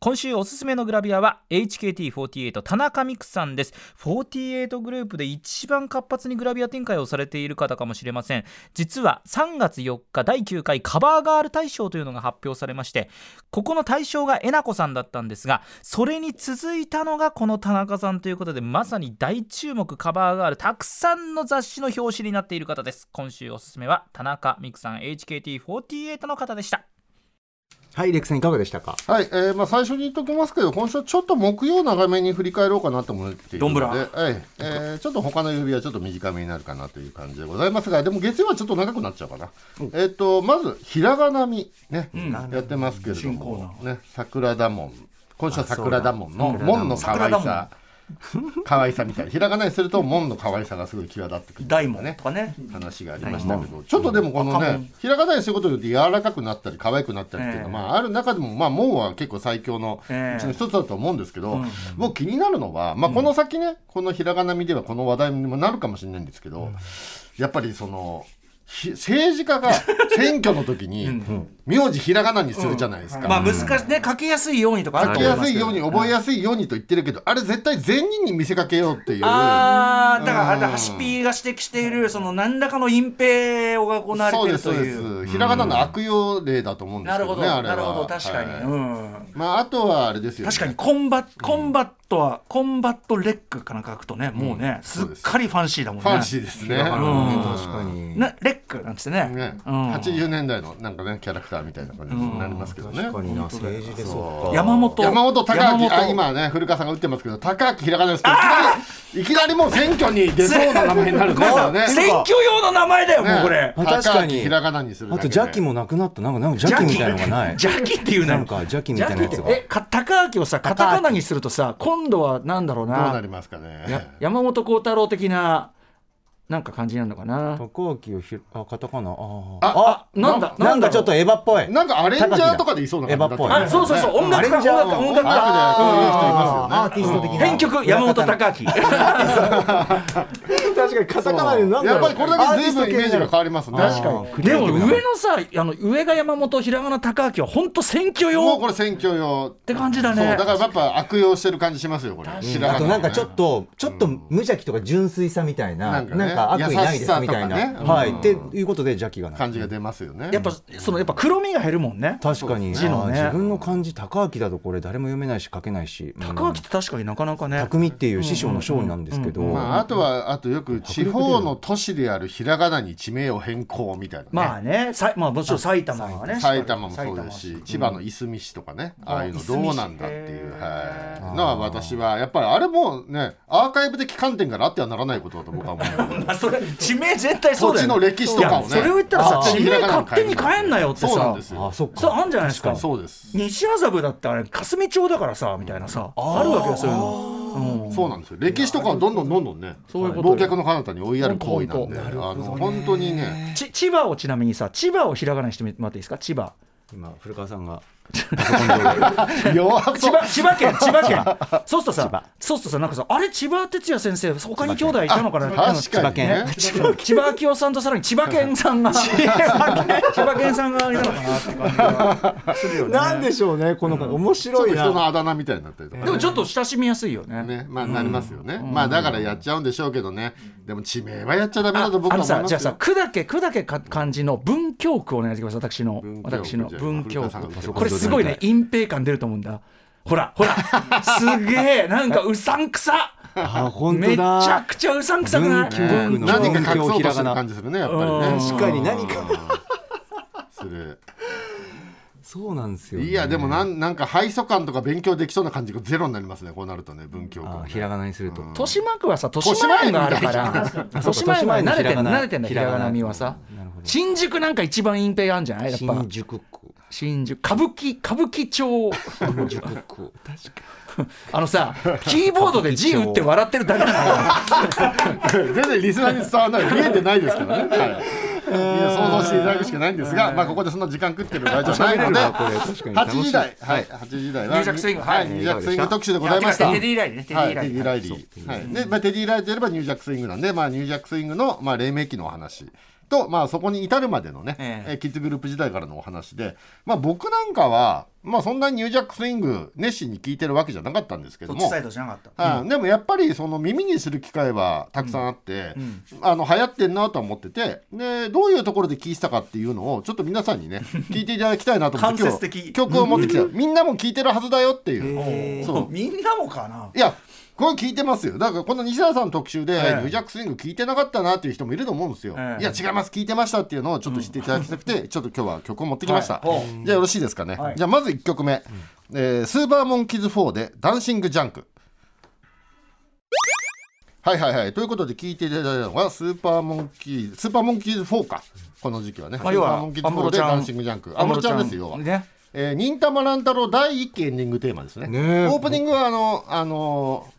[SPEAKER 6] 今週おすすめのグラビアは HKT48 田中美久さんです48グループで一番活発にグラビア展開をされている方かもしれません実は3月4日第9回カバーガール大賞というのが発表されましてここの大賞がえなこさんだったんですがそれに続いたのがこの田中さんということでまさに大注目カバーガールたくさんの雑誌の表紙になっている方です今週おすすめは田中美久さん HKT48 の方でした
[SPEAKER 2] はい、レックさんいかがでしたか
[SPEAKER 4] はい、えーまあ、最初に言っときますけど、今週はちょっと木曜長めに振り返ろうかなと思っている
[SPEAKER 3] ど
[SPEAKER 4] の
[SPEAKER 3] ん
[SPEAKER 4] で、
[SPEAKER 3] ぶら
[SPEAKER 4] はいえーちょっと他の曜日はちょっと短めになるかなという感じでございますが、でも月曜はちょっと長くなっちゃうかな。えっ、と、まず、ひらがなみ、ね、やってますけれど
[SPEAKER 3] 新コーナ
[SPEAKER 4] も、ね、桜だもん、今週は桜だもんの、門の可
[SPEAKER 3] 桜
[SPEAKER 4] 愛
[SPEAKER 3] だもん
[SPEAKER 4] さ。 (laughs) 可愛さみたいなひらがなにすると門の可愛さがすごい際立ってくる
[SPEAKER 3] 大門とかね
[SPEAKER 4] 話がありましたけど、ちょっとでもこの
[SPEAKER 3] 赤
[SPEAKER 4] ね
[SPEAKER 3] 門、
[SPEAKER 4] ひらがなにすることによって柔らかくなったり、可愛くなったりっていうのは、
[SPEAKER 3] ええ
[SPEAKER 4] まあ、ある中でも、まあ、門は結構最強の
[SPEAKER 3] ええ
[SPEAKER 4] うちの一つだと思うんですけど、僕気になるのは、まあ、この先ね、このひらがなみではこの話題にもなるかもしれないんですけど、やっぱりその、ひ政治家が (laughs) 選挙の時に、名字ひらがなにするじゃないですか。
[SPEAKER 3] まあ難しいね書きやすいようにとかある
[SPEAKER 4] 書
[SPEAKER 3] と
[SPEAKER 4] き
[SPEAKER 3] 思い
[SPEAKER 4] や
[SPEAKER 3] ますす
[SPEAKER 4] い
[SPEAKER 3] けど
[SPEAKER 4] ように覚えやすいようにと言ってるけどあれ絶対全人に見せかけようっていう
[SPEAKER 3] ああだからあれだハシピーが指摘しているその何らかの隠蔽が行われ
[SPEAKER 4] そ
[SPEAKER 3] てる
[SPEAKER 4] うで
[SPEAKER 3] と
[SPEAKER 4] すそうで
[SPEAKER 3] いう
[SPEAKER 4] すひらがなの悪用例だと思うんです
[SPEAKER 3] な
[SPEAKER 4] け
[SPEAKER 3] るほ
[SPEAKER 4] ど
[SPEAKER 3] ど、
[SPEAKER 4] ねあれは
[SPEAKER 3] なるほど確かに、
[SPEAKER 4] はい
[SPEAKER 3] うん
[SPEAKER 4] まああとはあれですよね
[SPEAKER 3] 確かにコンバコンバットは、コンバットレックかなんか書くとね、もうねすっかりファンシーだもんね
[SPEAKER 4] ファンシーですね
[SPEAKER 2] う
[SPEAKER 3] うん
[SPEAKER 2] 確かに。
[SPEAKER 3] なレックなんつってね
[SPEAKER 4] ね、
[SPEAKER 3] うん、
[SPEAKER 4] 80年代のなんかねキャラクターみたいな感じになりますけどね、
[SPEAKER 2] 確かにな、政治でそうか。
[SPEAKER 3] 山本
[SPEAKER 4] 山本
[SPEAKER 3] 山
[SPEAKER 4] 隆明あ今ね古川さんが打ってますけど高明ひらがなですけどいきなりいきなりもう選挙に出そうな名前になるんですよね
[SPEAKER 3] 選挙用の名前だよ、もうこれ
[SPEAKER 2] あ確か
[SPEAKER 4] 高明
[SPEAKER 2] に。
[SPEAKER 4] ひらがなにするだ
[SPEAKER 2] あ
[SPEAKER 4] け
[SPEAKER 2] と、
[SPEAKER 4] で
[SPEAKER 2] 邪気もなくなった。なんか、なんか邪気みたいなのがない。
[SPEAKER 3] 邪気っていう
[SPEAKER 2] な
[SPEAKER 3] なん
[SPEAKER 2] か、邪気みたいなやつが。
[SPEAKER 3] えか高明をさカタカナにするとさ今度はなんだろう
[SPEAKER 4] どうな
[SPEAKER 3] な
[SPEAKER 4] りますかね
[SPEAKER 3] や山本幸太郎的ななんか感じになるのかな
[SPEAKER 2] 高明をひら、あ、カタカナ。ああ。
[SPEAKER 3] あなんだ
[SPEAKER 2] なんかちょっとエヴァっぽい。
[SPEAKER 4] なんかアレンジャーとかでいそうな
[SPEAKER 2] エヴァっぽい。
[SPEAKER 3] あそうそうそう音楽家音楽家音楽家
[SPEAKER 4] あこうい
[SPEAKER 2] アーティ
[SPEAKER 4] う人いますよね
[SPEAKER 2] スト的な。
[SPEAKER 3] 編曲山本隆明
[SPEAKER 2] 確かにカタカナでなんだ
[SPEAKER 4] や
[SPEAKER 2] ろう
[SPEAKER 4] っぱりこれだけ随分イメージが変わりますね
[SPEAKER 2] 確かに
[SPEAKER 3] でも上のさあの上が山本ひらがな高明は本当選挙
[SPEAKER 4] もう
[SPEAKER 3] 用
[SPEAKER 4] これ選挙用
[SPEAKER 3] て感じだね
[SPEAKER 4] そうだからやっぱ悪用してる感じしますよこれひら
[SPEAKER 2] あ
[SPEAKER 4] がな
[SPEAKER 2] と
[SPEAKER 4] ね
[SPEAKER 2] なんかちょっと、ちょっと無邪気とか純粋さみたい
[SPEAKER 4] な
[SPEAKER 2] な、
[SPEAKER 4] んかね
[SPEAKER 2] なんか悪意ないですみたいな。
[SPEAKER 4] 優しさとかね
[SPEAKER 2] はい、
[SPEAKER 4] うん
[SPEAKER 2] っていうことで邪気がない。
[SPEAKER 4] 感じが出ますよね
[SPEAKER 3] やっぱそのやっぱ黒みが減るもんね
[SPEAKER 2] 確かに、
[SPEAKER 3] 字のね
[SPEAKER 2] あー自分の漢字高明だとこれ誰も読めないし書けないし、うん
[SPEAKER 3] 高明って確かになかなかね
[SPEAKER 2] 匠っていう師匠の匠なんですけど、
[SPEAKER 4] まあ、あとはあとよく地方の都市であるひらがなに地名を変更みたいな、ね
[SPEAKER 3] まあねさいまあもちろん埼玉はね
[SPEAKER 4] 埼玉もそうです
[SPEAKER 3] 埼
[SPEAKER 4] し千葉のいすみ市とかね、ああいうの
[SPEAKER 3] いす
[SPEAKER 4] ど
[SPEAKER 3] み市
[SPEAKER 4] うなんだっていう、
[SPEAKER 3] へ
[SPEAKER 4] は
[SPEAKER 3] ー
[SPEAKER 4] い、のは私はやっぱりあれもねアーカイブ的観点からあってはならないことだと僕は思う
[SPEAKER 3] 玉は (laughs) それ地名絶対そうだよね
[SPEAKER 4] 土地の歴史とかをね
[SPEAKER 3] いやそれを言ったらさ
[SPEAKER 4] あー
[SPEAKER 3] 地名勝手に変えんなよってさ
[SPEAKER 4] そうなんですよ
[SPEAKER 2] あそっか
[SPEAKER 3] そうあんじゃないですか
[SPEAKER 4] そうです
[SPEAKER 3] 西麻布だってあれ霞町だからさみたいなさあるわけよそういうのうん
[SPEAKER 4] そうなんですよ歴史とかをどんどんどんどんね
[SPEAKER 3] そういうことよ
[SPEAKER 4] 忘却の彼方に追いやる行為なんであの本当にね
[SPEAKER 3] ち千葉をちなみにさ千葉をひらがなにしてもらっていいですか千葉
[SPEAKER 2] 今古川さんが
[SPEAKER 4] 弱そ
[SPEAKER 3] 千
[SPEAKER 4] う
[SPEAKER 3] 葉千葉県千
[SPEAKER 4] (laughs)
[SPEAKER 3] 葉県そうするとさそうするとさなんかさあれ千葉哲也先生他に兄弟いたのかな
[SPEAKER 4] 確かにね
[SPEAKER 3] 千葉千葉明夫さんとさらに千葉県さ
[SPEAKER 4] (laughs)
[SPEAKER 3] んが千葉県さんがいたのかなって感じがするよね
[SPEAKER 2] なんでしょうねこの面
[SPEAKER 4] ちょっ
[SPEAKER 2] 白
[SPEAKER 4] と
[SPEAKER 2] い
[SPEAKER 4] 人
[SPEAKER 2] な
[SPEAKER 4] のあだ名みたいになったりとか
[SPEAKER 3] でもちょっと親しみやすいよね
[SPEAKER 4] ね、まあなりますよね、まあだからやっちゃうんでしょうけどね、でも地名はやっちゃダメだと僕
[SPEAKER 3] あ
[SPEAKER 4] は
[SPEAKER 3] の
[SPEAKER 4] 思いますよ
[SPEAKER 3] さじゃあさ「く」だけ「く」だけか漢字の文京区をお願いしてください私の
[SPEAKER 4] 文京区
[SPEAKER 3] 私の
[SPEAKER 4] じゃあ
[SPEAKER 3] 文京
[SPEAKER 4] 古川さんが打って
[SPEAKER 3] 区
[SPEAKER 4] る
[SPEAKER 3] これすごいね隠蔽感出ると思うんだほらほら
[SPEAKER 4] (laughs)
[SPEAKER 3] すげえなんかうさんくさ
[SPEAKER 2] あ本
[SPEAKER 3] め
[SPEAKER 2] 当
[SPEAKER 3] ち
[SPEAKER 2] だ
[SPEAKER 3] ゃくちゃうさんくさくな
[SPEAKER 2] 文
[SPEAKER 3] い
[SPEAKER 2] 京区
[SPEAKER 4] うん
[SPEAKER 2] の
[SPEAKER 4] 何か隠そうとしてる感じするねやっぱりね
[SPEAKER 2] 確かに何か
[SPEAKER 4] する
[SPEAKER 2] そうなんですよ、ね、
[SPEAKER 4] いやでもなんなんか敗訴感とか勉強できそうな感じがゼロになりますねこうなるとね文京区
[SPEAKER 2] あ
[SPEAKER 4] も
[SPEAKER 2] ひら
[SPEAKER 4] ね
[SPEAKER 2] がなにすると、
[SPEAKER 3] 豊島区はさ豊島園があるか
[SPEAKER 4] 豊
[SPEAKER 3] ら
[SPEAKER 2] そう
[SPEAKER 3] 豊
[SPEAKER 2] か
[SPEAKER 3] 島園は慣れてん
[SPEAKER 2] 豊島園の
[SPEAKER 3] 慣れてんだ
[SPEAKER 2] ひ
[SPEAKER 3] ひ
[SPEAKER 2] ら
[SPEAKER 3] ら
[SPEAKER 2] がな
[SPEAKER 3] がなみはさ
[SPEAKER 2] なるほど (laughs)
[SPEAKER 3] 新宿なんか一番隠蔽あんじゃないやっぱ
[SPEAKER 2] 新宿区
[SPEAKER 3] 新宿歌舞伎歌舞伎町
[SPEAKER 7] 僕
[SPEAKER 3] あのさキーボードで字打って笑ってるだけなのよ
[SPEAKER 4] 全然リスナーに伝わらない見えてないですから (laughs) ね、はい、みんな想像していただくしかないんですが、まあ、ここでそんな時間食ってる場合じゃないの
[SPEAKER 2] こ
[SPEAKER 4] で
[SPEAKER 2] れ確かに楽しい
[SPEAKER 4] 8時台、はい、8時台は
[SPEAKER 3] 入弱スイングは
[SPEAKER 4] はいい、入弱スイング特集で (laughs) ございました
[SPEAKER 3] いやてかテディライリーねテデ
[SPEAKER 4] はい
[SPEAKER 3] ィラ
[SPEAKER 4] テ
[SPEAKER 3] イ
[SPEAKER 4] デ
[SPEAKER 3] リー
[SPEAKER 4] ィライリー、はいでまあ、テディライリーといえばニュージャックスイングなんで、まあ、ニュージャックスイングの、まあ、黎明期のお話と、まあ、そこに至るまでのね、
[SPEAKER 3] ええ
[SPEAKER 4] えーキッズグループ時代からのお話で、まあ、僕なんかは、まあ、そんなにニュージャックスイング熱心に聞いてるわけじゃなかったんですけ
[SPEAKER 3] そ
[SPEAKER 4] ど
[SPEAKER 3] っち
[SPEAKER 4] も
[SPEAKER 3] サイドじゃなかった
[SPEAKER 4] はいでもやっぱりその耳にする機会はたくさんあって、
[SPEAKER 3] うん
[SPEAKER 4] あの流行ってんなとは思っててでどういうところで聞いてたかっていうのをちょっと皆さん
[SPEAKER 3] (laughs)
[SPEAKER 4] にね聞いていただきたいなと思って
[SPEAKER 3] 間接
[SPEAKER 4] 今日
[SPEAKER 3] 的
[SPEAKER 4] 曲を持ってきたみんなも聞いてるはずだよっていう。
[SPEAKER 3] おー
[SPEAKER 4] そう
[SPEAKER 3] みんなもかない
[SPEAKER 4] やこれ聞いてますよだからこの西田さんの特集で、
[SPEAKER 3] ええ
[SPEAKER 4] ニュージャックスイング聞いてなかったなっていう人もいると思うんですよ、
[SPEAKER 3] ええ
[SPEAKER 4] いや違います聞いてましたっていうのをちょっと知っていただきたくて、ちょっと今日は曲を持ってきました、
[SPEAKER 3] はい
[SPEAKER 4] じゃあよろしいですかね、
[SPEAKER 3] はい
[SPEAKER 4] じゃあまず1曲目、えースーパーモンキーズ4」で「ダンシングジャンク」はいはいはいということで聞いていただいたのがスーパーモンキースーパーモンキーズ4かこの時期はね、
[SPEAKER 3] まあ
[SPEAKER 4] スー
[SPEAKER 3] 要
[SPEAKER 4] パ
[SPEAKER 3] は
[SPEAKER 4] ーモンキー
[SPEAKER 3] 安室
[SPEAKER 4] ズ4で「
[SPEAKER 3] ちゃん
[SPEAKER 4] ダンシングジャンク」安室ちゃんですよ要は
[SPEAKER 3] ね
[SPEAKER 4] えー、忍たま乱太郎第1期エンディングテーマですね
[SPEAKER 2] ねえ
[SPEAKER 4] オープニングはあの、あのー、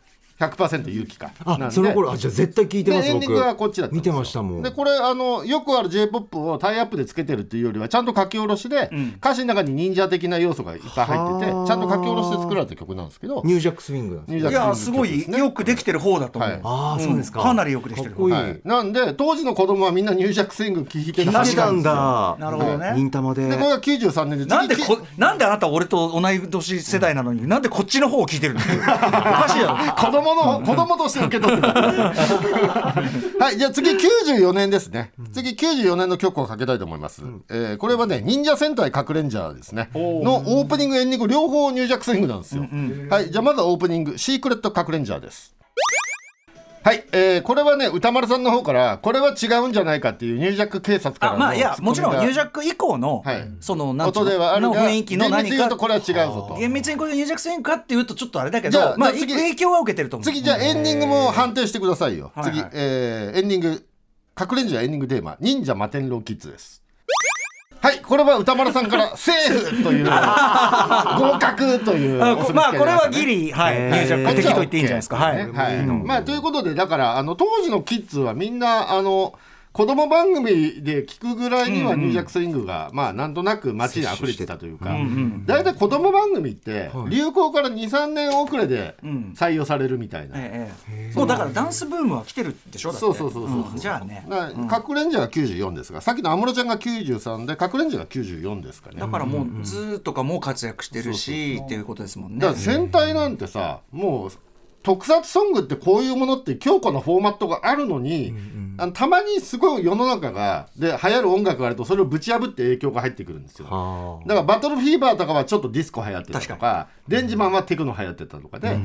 [SPEAKER 4] 100%勇気かなんで
[SPEAKER 2] あその頃あじゃあ絶対聞いてます
[SPEAKER 4] でエンディングはこっ
[SPEAKER 2] 僕
[SPEAKER 4] ちだったん
[SPEAKER 2] 見
[SPEAKER 4] です
[SPEAKER 2] て
[SPEAKER 4] よ
[SPEAKER 2] ましたもん
[SPEAKER 4] でこれあのよくある j p o p をタイアップでつけてるっていうよりはちゃんと書き下ろしで、
[SPEAKER 3] ん
[SPEAKER 4] 歌詞の中に忍者的な要素がいっぱい入っててち
[SPEAKER 2] はあ
[SPEAKER 4] ゃんと書き下ろしで作られた曲なんですけど
[SPEAKER 2] ニュージャックスイングなんです
[SPEAKER 4] ニュージャ
[SPEAKER 3] いや
[SPEAKER 4] ク
[SPEAKER 3] す
[SPEAKER 4] スイン
[SPEAKER 3] ご
[SPEAKER 4] グの曲
[SPEAKER 3] い
[SPEAKER 4] ですね
[SPEAKER 3] よくできてる方だと思う、
[SPEAKER 4] はい
[SPEAKER 2] ああ
[SPEAKER 3] うん
[SPEAKER 2] そうですか
[SPEAKER 3] かなりよくできてる
[SPEAKER 2] かっこいい
[SPEAKER 4] はい、なんで当時の子供はみんなニュージャックスイング聞いて
[SPEAKER 2] 聞いてたん
[SPEAKER 4] で
[SPEAKER 2] だ
[SPEAKER 3] なるほどね
[SPEAKER 2] 忍たまで
[SPEAKER 4] これが93年で
[SPEAKER 3] なんで
[SPEAKER 4] 次
[SPEAKER 3] こなんであなた俺と同い年世代なのに、なんでこっちの方を聞いてるの
[SPEAKER 4] (laughs)
[SPEAKER 3] おかしいだ
[SPEAKER 4] 子供の子供として受け取
[SPEAKER 3] (laughs)
[SPEAKER 4] ってるはいじゃあ次94年ですね次94年の曲をかけたいと思います、えーこれはね「忍者戦隊かくれんじゃ」ですねのオープニングエンディング両方ニュージャックスイングなんですよ、はいじゃあまずはオープニング「シークレットかくれんじゃ」ですはい、えーこれはね歌丸さんの方からこれは違うんじゃないかっていうニュージャック警察
[SPEAKER 3] ろ
[SPEAKER 4] か
[SPEAKER 3] あ
[SPEAKER 4] らの
[SPEAKER 3] まあいや
[SPEAKER 4] ツッコ
[SPEAKER 3] も
[SPEAKER 4] ミ
[SPEAKER 3] ち
[SPEAKER 4] が
[SPEAKER 3] ろん入ク以降の、
[SPEAKER 4] はい
[SPEAKER 3] そのなんていう
[SPEAKER 4] 音ではある
[SPEAKER 3] の
[SPEAKER 4] が
[SPEAKER 3] 雰囲気の
[SPEAKER 4] 厳密
[SPEAKER 3] 何
[SPEAKER 4] に言う
[SPEAKER 3] か
[SPEAKER 4] とこれは違うぞと
[SPEAKER 3] 厳密にこれ入クスイングかっていうとちょっとあれだけ
[SPEAKER 4] じゃあ
[SPEAKER 3] どまあ
[SPEAKER 4] じゃあ次
[SPEAKER 3] 影響は受けてると思う
[SPEAKER 4] 次じゃあエンディングも判定してくださいよ、
[SPEAKER 3] はいはい
[SPEAKER 4] 次、えーエンディング「かくれんじゃ」エンディングテーマ「忍者摩天楼キッズ」ですはいこれは歌丸さんから「セーフ!」という
[SPEAKER 3] (laughs)
[SPEAKER 4] 合格という
[SPEAKER 3] あこまあこれはギ
[SPEAKER 4] リ
[SPEAKER 3] リ、はい、
[SPEAKER 2] えー
[SPEAKER 3] 入
[SPEAKER 2] こっち
[SPEAKER 3] 弱的
[SPEAKER 2] は
[SPEAKER 3] と言っていいんじゃないですか、はい、
[SPEAKER 4] はいまあ、ということでだからあの当時のキッズはみんなあの子供番組で聞くぐらいにはニュージャックスイングが、まあなんとなく街に溢れてたというか大体、子供番組って流行から23年遅れで
[SPEAKER 3] ん
[SPEAKER 4] 採用されるみたいな、
[SPEAKER 3] ええええもうだからダンスブームは来てるでしょだって
[SPEAKER 4] そうそうそうそうそうん
[SPEAKER 3] じゃあね
[SPEAKER 4] だからカクレンジャーが94ですがさっきの安室ちゃんが93でカクレンジャーが94ですかね
[SPEAKER 3] だ
[SPEAKER 4] だか
[SPEAKER 3] からもうズーとかも活躍してるしっていうことですもんね
[SPEAKER 4] ら戦隊なんてさもう特撮ソングってこういうものって強固なフォーマットがあるのに、あのたまにすごい世の中がで流行る音楽があるとそれをぶち破って影響が入ってくるんですよ
[SPEAKER 2] あ
[SPEAKER 4] だからバトルフィーバーとかはちょっとディスコ流行ってたとかデンジマンはテクノ流行ってたとかで,、で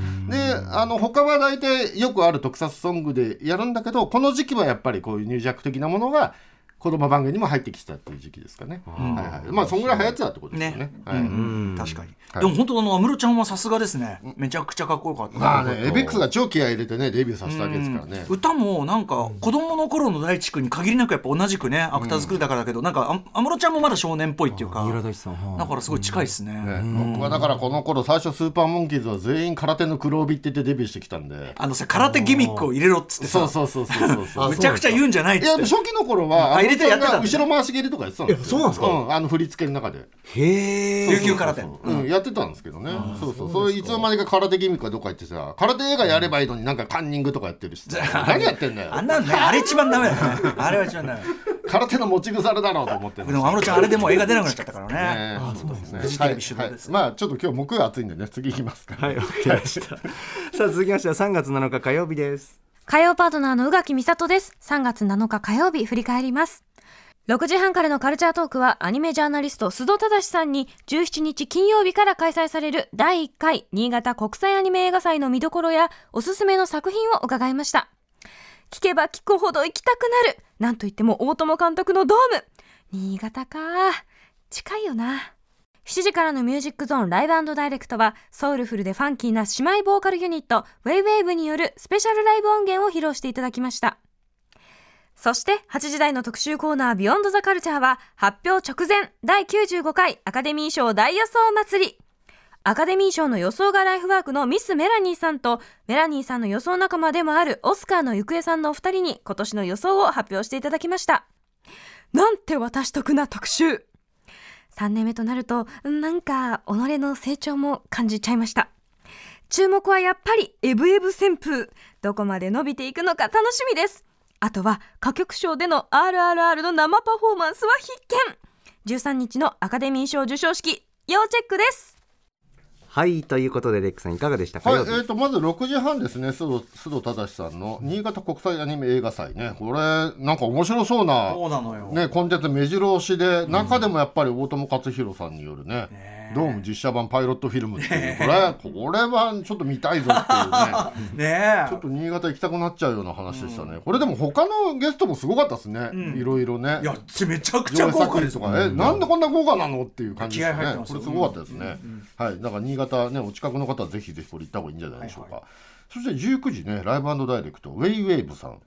[SPEAKER 4] あの他は大体よくある特撮ソングでやるんだけどこの時期はやっぱりこういうニュージャック的なものが子供番組にも入ってきてたっていう時期ですかね、はいはい、まあそんぐらい流行ってたってことですよね
[SPEAKER 3] ね
[SPEAKER 4] はい
[SPEAKER 3] うん確かに、
[SPEAKER 4] はい
[SPEAKER 3] でも本当あの安室ちゃんはさすがですねめちゃくちゃかっこよかった、
[SPEAKER 4] まあねエベックスが超気合い入れてねデビューさせたわけですからね、
[SPEAKER 3] 歌もなんか子供の頃の大地君に限りなくやっぱ同じくねアクター作りだからだけどなんかあ安室ちゃんもまだ少年っぽいっていう
[SPEAKER 2] あ
[SPEAKER 3] か
[SPEAKER 2] 三浦大知さんは
[SPEAKER 3] だからすごい近いですね、
[SPEAKER 4] ね僕はだからこの頃最初スーパーモンキーズは全員空手の黒帯って言ってデビューしてきたんで
[SPEAKER 3] あのさ空手ギミックを入れろっつって
[SPEAKER 4] そう
[SPEAKER 3] さ
[SPEAKER 4] そうそうそうそう (laughs) そう
[SPEAKER 3] むちゃくちゃ言うんじゃないっ
[SPEAKER 4] い
[SPEAKER 3] つ
[SPEAKER 4] や
[SPEAKER 3] っ
[SPEAKER 4] でも
[SPEAKER 3] て
[SPEAKER 4] 初期の頃は
[SPEAKER 3] あ入れてやってたんだ
[SPEAKER 4] 後ろ回し蹴りとかやってたんですよ
[SPEAKER 2] えそうなんですか
[SPEAKER 4] うん、あの振り付けの中で
[SPEAKER 2] へえ
[SPEAKER 3] 琉球空手
[SPEAKER 4] うん、やってたんですけどねそうそうそれいつの間にか空手ギミックかどっか行ってさ空手映画やればいいのになんかカンニングとかやってるし何やってんだよ
[SPEAKER 3] あんなのねあれ一番ダメだよねあれは一番ダメ
[SPEAKER 4] 空手の持ち腐れだろうと思ってま
[SPEAKER 3] で
[SPEAKER 4] し
[SPEAKER 3] も安室ちゃんあれでもう映画出なくなっちゃったからね
[SPEAKER 4] たねあそうですね
[SPEAKER 3] フジテレビ主導です
[SPEAKER 4] はいはいまあちょっと今日木曜暑いんでね次行きますか
[SPEAKER 2] はいわかりました (laughs) さあ続きましては3月7日火曜日です
[SPEAKER 8] 火曜パートナーの宇垣美里です。3月7日火曜日振り返ります。6時半からのカルチャートークはアニメジャーナリスト須戸忠さんに17日金曜日から開催される第1回新潟国際アニメ映画祭の見どころやおすすめの作品を伺いました。聞けば聞くほど行きたくなるなんといっても大友監督のドーム新潟か近いよな。7時からのミュージックゾーンライブダイレクトはソウルフルでファンキーな姉妹ボーカルユニットウェイウェイブによるスペシャルライブ音源を披露していただきました。そして8時台の特集コーナー「ビヨンドザカルチャーは発表直前第95回アカデミー賞大予想祭りアカデミー賞の予想がライフワークのミス・メラニーさんとメラニーさんの予想仲間でもあるオスカーの行方さんのお二人に今年の予想を発表していただきましたなんて私得な特集3年目となるとなんか己の成長も感じちゃいました注目はやっぱりエブエブ旋風どこまで伸びていくのか楽しみですあとは歌曲賞での RRR の生パフォーマンスは必見13日のアカデミー賞授賞式要チェックです
[SPEAKER 2] はいということでレックさんいかがでしたか、
[SPEAKER 4] はい、え
[SPEAKER 2] 火曜
[SPEAKER 4] ー、とまず6時半ですね須藤須藤忠さんの新潟国際アニメ映画祭ねこれなんか面白そうな
[SPEAKER 3] そうなのよ、
[SPEAKER 4] ね、コンテンツ目白押しで、中でもやっぱり大友克洋さんによるねドーム実写版パイロットフィルムっていうこれこれはちょっと見たいぞっていうね
[SPEAKER 3] (laughs) ねえ
[SPEAKER 4] ちょっと新潟行きたくなっちゃうような話でしたね、これでも他のゲストもすごかったですね、いろいろね
[SPEAKER 3] いやちめちゃくち
[SPEAKER 4] 上
[SPEAKER 3] ゃ
[SPEAKER 4] 映
[SPEAKER 3] 豪
[SPEAKER 4] 作
[SPEAKER 3] 華
[SPEAKER 4] 品
[SPEAKER 3] です
[SPEAKER 4] とか、えなんでこんな豪華なのっていう感じです
[SPEAKER 3] 気合入っ
[SPEAKER 4] ね
[SPEAKER 3] てま
[SPEAKER 4] こ
[SPEAKER 3] す
[SPEAKER 4] れ
[SPEAKER 3] よ
[SPEAKER 4] すごかったですね、はいだから新潟ねお近くの方はぜひぜひこれ行った方がいいんじゃないでしょうか、そして19時ねライブダイレクトウェイウェイブさん、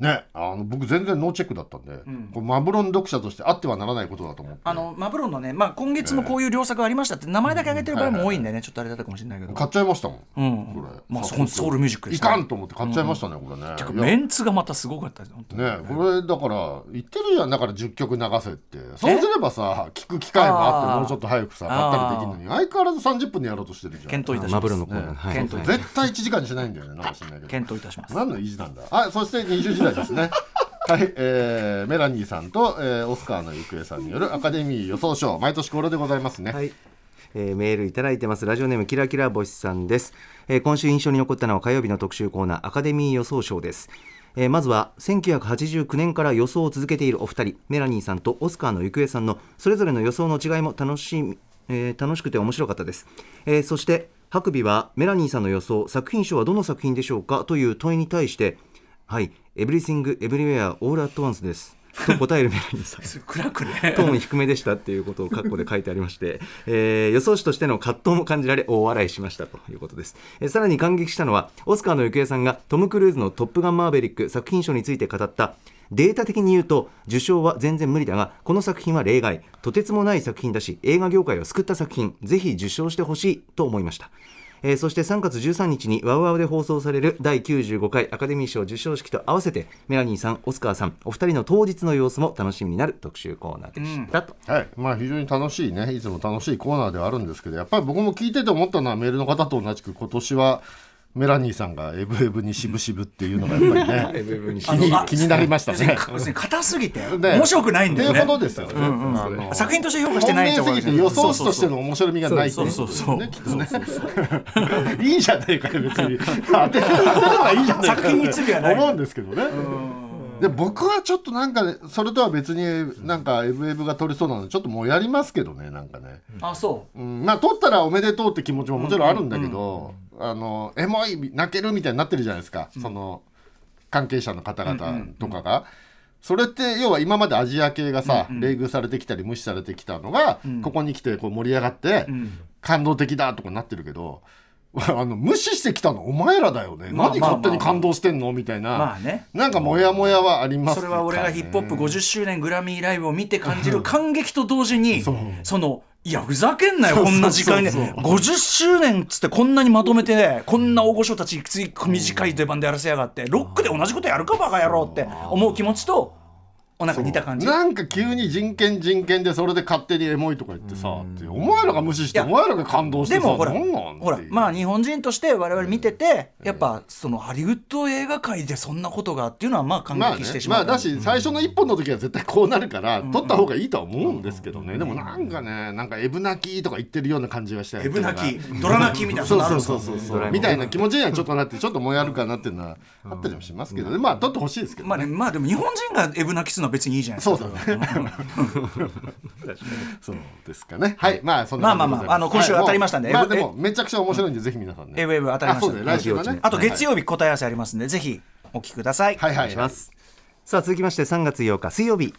[SPEAKER 4] ねあの僕全然ノーチェックだったんで、こうマブロン読者としてあってはならないことだと思って
[SPEAKER 3] あのマブロンのね、まあ、今月もこういう良作ありましたって名前だけ挙げてる場合も多いんでね、ちょっとあれだったかもしれないけど、
[SPEAKER 4] 買っちゃいましたもん、
[SPEAKER 3] うん
[SPEAKER 4] これ
[SPEAKER 3] まあ、そソウルミュージックで
[SPEAKER 4] い
[SPEAKER 3] したね
[SPEAKER 4] かんと思って買っちゃいましたね、これね
[SPEAKER 3] てか
[SPEAKER 4] いや
[SPEAKER 3] メンツがまたすごかったです本当に
[SPEAKER 4] ねこれだから言ってるじゃんだから10曲流せってそうすればさ聞く機会もあって
[SPEAKER 3] あー
[SPEAKER 4] もうちょっと早くさ買ったりできるのに相変わらず30分でやろうとしてるじゃん
[SPEAKER 3] 検討いたし
[SPEAKER 2] マ
[SPEAKER 3] ます
[SPEAKER 2] ブロのコーナー、
[SPEAKER 4] ね
[SPEAKER 2] はい
[SPEAKER 3] 検討いたし
[SPEAKER 4] 絶対1時間にしないんだよねなんかしんないけ
[SPEAKER 3] (laughs)
[SPEAKER 4] ど
[SPEAKER 3] 検討いたします
[SPEAKER 4] 何の意地なんだあそして20時代で
[SPEAKER 3] (laughs)
[SPEAKER 4] すねはい、えー、メラニーさんと、えー、オスカーの行方さんによるアカデミー予想賞毎年これでございますね、
[SPEAKER 2] はいえーメールいただいてますラジオネームキラキラ星さんです、えー今週印象に残ったのは火曜日の特集コーナーアカデミー予想賞です、えーまずは1989年から予想を続けているお二人メラニーさんとオスカーの行方さんのそれぞれの予想の違いも楽しみ、えー楽しくて面白かったです、えーそしてハクビはメラニーさんの予想作品賞はどの作品でしょうかという問いに対してはいエブリシングエブリウェアオールアットワンスですと答えるメラニーさん
[SPEAKER 3] 暗く
[SPEAKER 2] (laughs)
[SPEAKER 3] ね
[SPEAKER 2] トーン低めでしたっていうことを括弧で書いてありまして、えー予想手としての葛藤も感じられ大笑いしましたということです、えーさらに感激したのはオスカーの行方さんがトム・クルーズの「トップガンマーヴェリック」作品賞について語ったデータ的に言うと受賞は全然無理だがこの作品は例外とてつもない作品だし映画業界を救った作品ぜひ受賞してほしいと思いましたえーそして3月13日にワウワウで放送される第95回アカデミー賞授賞式と合わせてメラニーさん、オスカーさんお二人の当日の様子も楽しみになる特集コーナーでしたと、
[SPEAKER 4] はい、まあ非常に楽しいねいつも楽しいコーナーではあるんですけどやっぱり僕も聞いてて思ったのはメールの方と同じく今年はメラニーさんが「エブエブにしぶしぶ」っていうのがやっぱりね
[SPEAKER 2] に
[SPEAKER 4] 気に気になりま
[SPEAKER 3] (laughs)
[SPEAKER 4] したね。
[SPEAKER 3] 別に硬すぎて
[SPEAKER 4] ね
[SPEAKER 3] 面白くないんだよ
[SPEAKER 4] っていう
[SPEAKER 3] ね
[SPEAKER 4] ことですよね。あの
[SPEAKER 3] 作品として評価してない
[SPEAKER 4] 本命すぎて予想手として
[SPEAKER 3] の
[SPEAKER 4] の面白みがないってい
[SPEAKER 3] そうそうそう
[SPEAKER 4] ねきっとねいいじゃないかよ別に当てればいいじゃないか
[SPEAKER 3] 作品に罪はない
[SPEAKER 4] 思うんですけどねで僕はちょっとなんかねそれとは別になんかエブエブが取りそうなのでちょっともうやりますけどねなんかね、
[SPEAKER 3] あそ
[SPEAKER 4] うん、まあ取ったらおめでとうって気持ちももちろんあるんだけど、あのエモい泣けるみたいになってるじゃないですか、その関係者の方々とかが。それって要は今までアジア系がさ、冷遇されてきたり無視されてきたのが、ここに来てこう盛り上がって、感動的だとかなってるけど (laughs) あの無視してきたのお前らだよね、
[SPEAKER 3] まあ
[SPEAKER 4] 何
[SPEAKER 3] まあまあ
[SPEAKER 4] 勝手に感動してんのみたいな、
[SPEAKER 3] まあね
[SPEAKER 4] なんかモヤモヤはありま
[SPEAKER 3] う
[SPEAKER 4] す
[SPEAKER 3] そ
[SPEAKER 4] か
[SPEAKER 3] れ
[SPEAKER 4] ね
[SPEAKER 3] は俺がヒップホップ50周年グラミーライブを見て感じる感激と同時に
[SPEAKER 4] そう
[SPEAKER 3] そのいやふざけんなよこんな時間に50周年っつってこんなにまとめてねこんな大御所たちつい短い出番でやらせやがってロックで同じことやるかバカ野郎って思う気持ちとおなんか似た感じ
[SPEAKER 4] なんか急に人権人権でそれで勝手にエモいとか言ってさってお前らが無視して
[SPEAKER 3] い
[SPEAKER 4] お
[SPEAKER 3] や
[SPEAKER 4] 前らが感動して
[SPEAKER 3] で
[SPEAKER 4] さ
[SPEAKER 3] もほら、
[SPEAKER 4] なんなん
[SPEAKER 3] ほら
[SPEAKER 4] っていう
[SPEAKER 3] まあ日本人として我々見てて、やっぱそのハリウッド映画界でそんなことがっていうのはまあ感
[SPEAKER 4] まあ
[SPEAKER 3] 激
[SPEAKER 4] ね
[SPEAKER 3] してし
[SPEAKER 4] ま
[SPEAKER 3] ま
[SPEAKER 4] あ
[SPEAKER 3] う。
[SPEAKER 4] だし最初の一本の時は絶対こうなるから取った方がいいとは思うんですけどねでもなんかねなんかエブ泣きとか言ってるような感じはしたよ
[SPEAKER 3] エブ泣き
[SPEAKER 4] なんか、
[SPEAKER 3] ドラ泣きみたいな
[SPEAKER 4] そう
[SPEAKER 3] のある
[SPEAKER 4] そ
[SPEAKER 3] ん
[SPEAKER 4] う
[SPEAKER 3] です
[SPEAKER 4] そ
[SPEAKER 3] よ
[SPEAKER 4] うそうそうみたいな気持ちにはちょっとなってちょっともやるかなっていうのはあったりもしますけどねまあ取ってほしいですけど
[SPEAKER 3] まあね、まあでも日本人がエブ泣きするのは別にいいじゃないです
[SPEAKER 4] そ
[SPEAKER 3] か。
[SPEAKER 4] うだねそうですかねはいまあそんな感じでござい
[SPEAKER 3] まあまあ
[SPEAKER 4] す
[SPEAKER 3] まああの今週当たりましたんで
[SPEAKER 4] はいもう
[SPEAKER 3] え
[SPEAKER 4] まあでもめちゃくちゃ面白いんでぜひ皆さんね
[SPEAKER 3] エブエブ当たりました
[SPEAKER 4] あそうだよ来週はね
[SPEAKER 3] あと月曜日答え合わせありますんで、ぜひお聞きください。
[SPEAKER 4] はいはい
[SPEAKER 2] お願いしますさあ続きまして3月8日水曜日